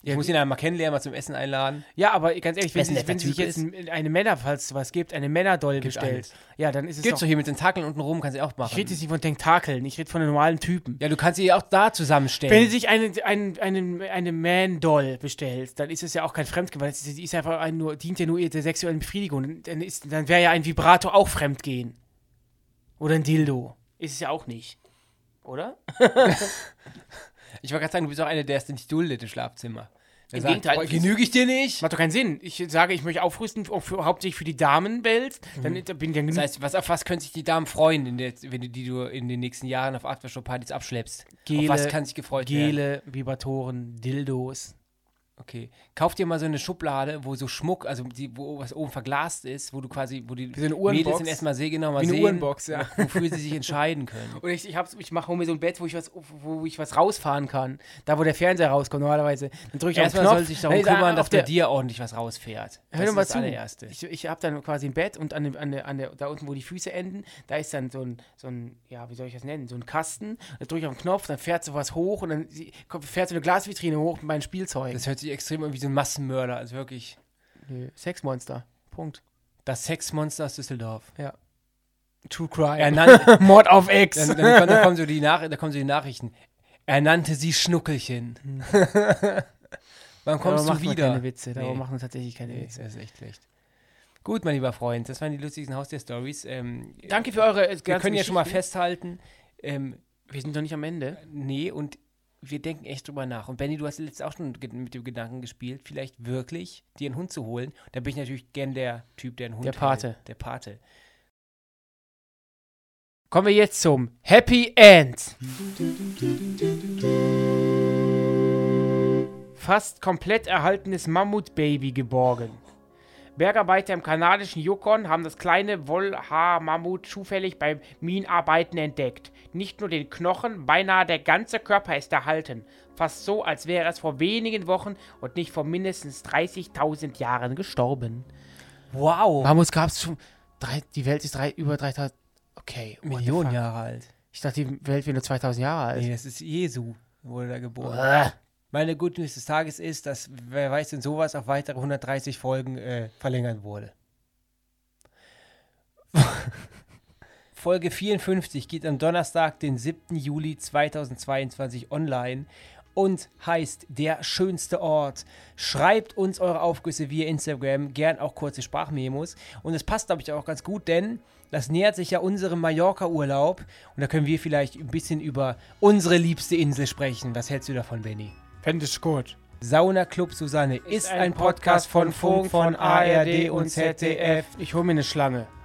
[SPEAKER 3] Ich muss ihn einmal kennenlernen, mal zum Essen einladen.
[SPEAKER 2] Ja, aber ganz ehrlich, wenn, sie,
[SPEAKER 3] Wenn es ein netter
[SPEAKER 2] wenn sie sich
[SPEAKER 3] Typ
[SPEAKER 2] jetzt ein- eine Männer, falls es was gibt, eine Männerdoll
[SPEAKER 3] Gibt
[SPEAKER 2] bestellt,
[SPEAKER 3] alles.
[SPEAKER 2] ja, dann ist es
[SPEAKER 3] Gibt's doch
[SPEAKER 2] doch...
[SPEAKER 3] hier mit den Takeln unten rum, kannst du auch machen.
[SPEAKER 2] Ich rede jetzt nicht von Tentakeln, ich rede von einem normalen Typen.
[SPEAKER 3] ja, du kannst sie ja auch da zusammenstellen.
[SPEAKER 2] Wenn du sich eine, einen, einen, eine Man-Doll bestellst, dann ist es ja auch kein Fremdgehen, weil es ist, ist einfach ein, nur, dient ja nur ihr der sexuellen Befriedigung. Dann, ist- dann wäre ja ein Vibrator auch Fremdgehen. Oder ein Dildo. Ist es ja auch nicht. Oder?
[SPEAKER 3] ich wollte gerade sagen, du bist auch einer, der es nicht duldet im Schlafzimmer. Dann
[SPEAKER 2] Im
[SPEAKER 3] sagen,
[SPEAKER 2] Gegenteil.
[SPEAKER 3] boah, Genüge ich dir nicht?
[SPEAKER 2] Macht doch keinen Sinn. Ich sage, ich möchte aufrüsten, auch für, hauptsächlich für die Damenwelt. Dann dann bin ich dann
[SPEAKER 3] Mhm. Das
[SPEAKER 2] genug.
[SPEAKER 3] heißt, was, auf was können sich die Damen freuen, in der, wenn du die du in den nächsten Jahren auf Aftershow-Partys abschleppst?
[SPEAKER 2] Gele-
[SPEAKER 3] auf was kann sich gefreut werden?
[SPEAKER 2] Gele, Vibratoren, Dildos.
[SPEAKER 3] Okay. Kauf dir mal so eine Schublade, wo so Schmuck, also die, wo was oben verglast ist, wo du quasi, wo die
[SPEAKER 2] so eine Uhrenbox.
[SPEAKER 3] Mädels dann erstmal sehen, genau mal
[SPEAKER 2] Wie eine
[SPEAKER 3] sehen,
[SPEAKER 2] Uhrenbox, ja.
[SPEAKER 3] wofür sie sich entscheiden können.
[SPEAKER 2] Oder ich, ich, hab's- ich mache mir so ein Bett, wo ich, was, wo ich was rausfahren kann. Da, wo der Fernseher rauskommt, normalerweise. Dann drücke ich auf den
[SPEAKER 3] Erstmal
[SPEAKER 2] Knopf.
[SPEAKER 3] soll sich darum
[SPEAKER 2] dann ist er
[SPEAKER 3] kümmern,
[SPEAKER 2] auf
[SPEAKER 3] dass bei dir ordentlich was rausfährt.
[SPEAKER 2] Hör
[SPEAKER 3] das
[SPEAKER 2] doch mal
[SPEAKER 3] ist
[SPEAKER 2] zu.
[SPEAKER 3] das allererste.
[SPEAKER 2] Ich, ich habe dann quasi ein Bett und an, dem- an, der, an der, da unten, wo die Füße enden, da ist dann so ein, so ein, ja, wie soll ich das nennen, so ein Kasten. Da drücke ich auf den Knopf, dann fährt so was hoch und dann sie- kommt, fährt so eine Glasvitrine hoch mit meinem Spielzeug.
[SPEAKER 3] Das hört sich extrem an wie so ein Massenmörder, also wirklich.
[SPEAKER 2] Nö, Sexmonster. Punkt.
[SPEAKER 3] Das Sexmonster aus Düsseldorf.
[SPEAKER 2] Ja. True Crime.
[SPEAKER 3] Er nannte,
[SPEAKER 2] ne, Mord auf Ex.
[SPEAKER 3] dann, dann, dann kommen so die Nach da kommen so die Nachrichten. Er nannte sie Schnuckelchen. Wann
[SPEAKER 2] Darüber
[SPEAKER 3] kommst du
[SPEAKER 2] macht man
[SPEAKER 3] wieder?
[SPEAKER 2] keine Witze. Darüber
[SPEAKER 3] Nee.
[SPEAKER 2] machen wir tatsächlich keine
[SPEAKER 3] Nee,
[SPEAKER 2] Witze.
[SPEAKER 3] das ist echt schlecht. Gut, mein lieber Freund, das waren die lustigsten Haustier-Stories. Ähm,
[SPEAKER 2] Danke für eure äh, ganzen
[SPEAKER 3] wir können ja schon mal
[SPEAKER 2] Geschichten.
[SPEAKER 3] festhalten, ähm,
[SPEAKER 2] Wir sind doch nicht am Ende.
[SPEAKER 3] nee, und wir denken echt drüber nach. Und Benny, du hast letztens auch schon ge- mit dem Gedanken gespielt, vielleicht wirklich dir einen Hund zu holen. Da bin ich natürlich gern der Typ, der einen Hund
[SPEAKER 2] Der Pate.
[SPEAKER 3] Hält. Der Pate.
[SPEAKER 2] Kommen wir jetzt zum Happy End. Fast komplett erhaltenes Mammutbaby geborgen. Bergarbeiter im kanadischen Yukon haben das kleine Wollhaar-Mammut zufällig bei Minenarbeiten entdeckt. Nicht nur den Knochen, beinahe der ganze Körper ist erhalten. Fast so, als wäre es vor wenigen Wochen und nicht vor mindestens 30.000 Jahren gestorben.
[SPEAKER 3] Wow.
[SPEAKER 2] Mammuts gab es schon. Drei, die Welt ist drei, über 3000. Okay, what the
[SPEAKER 3] Millionen
[SPEAKER 2] fuck.
[SPEAKER 3] Jahre alt.
[SPEAKER 2] Ich dachte, die Welt wäre nur 2000 Jahre alt.
[SPEAKER 3] Nee, das ist Jesu, wurde da geboren.
[SPEAKER 2] Bäh.
[SPEAKER 3] Meine Good News des Tages ist, dass wer weiß denn sowas auf weitere 130 Folgen äh, verlängert wurde. Folge 54 geht am Donnerstag, den 7. Juli 2022 online und heißt Der schönste Ort. Schreibt uns eure Aufgüsse via Instagram, gern auch kurze Sprachmemos. Und es passt, glaube ich, auch ganz gut, denn das nähert sich ja unserem Mallorca-Urlaub. Und da können wir vielleicht ein bisschen über unsere liebste Insel sprechen. Was hältst du davon, Benny?
[SPEAKER 2] Fände ich gut.
[SPEAKER 3] Sauna Club Susanne ist ein Podcast von Funk, von ARD und ZDF.
[SPEAKER 2] Ich hole mir eine Schlange.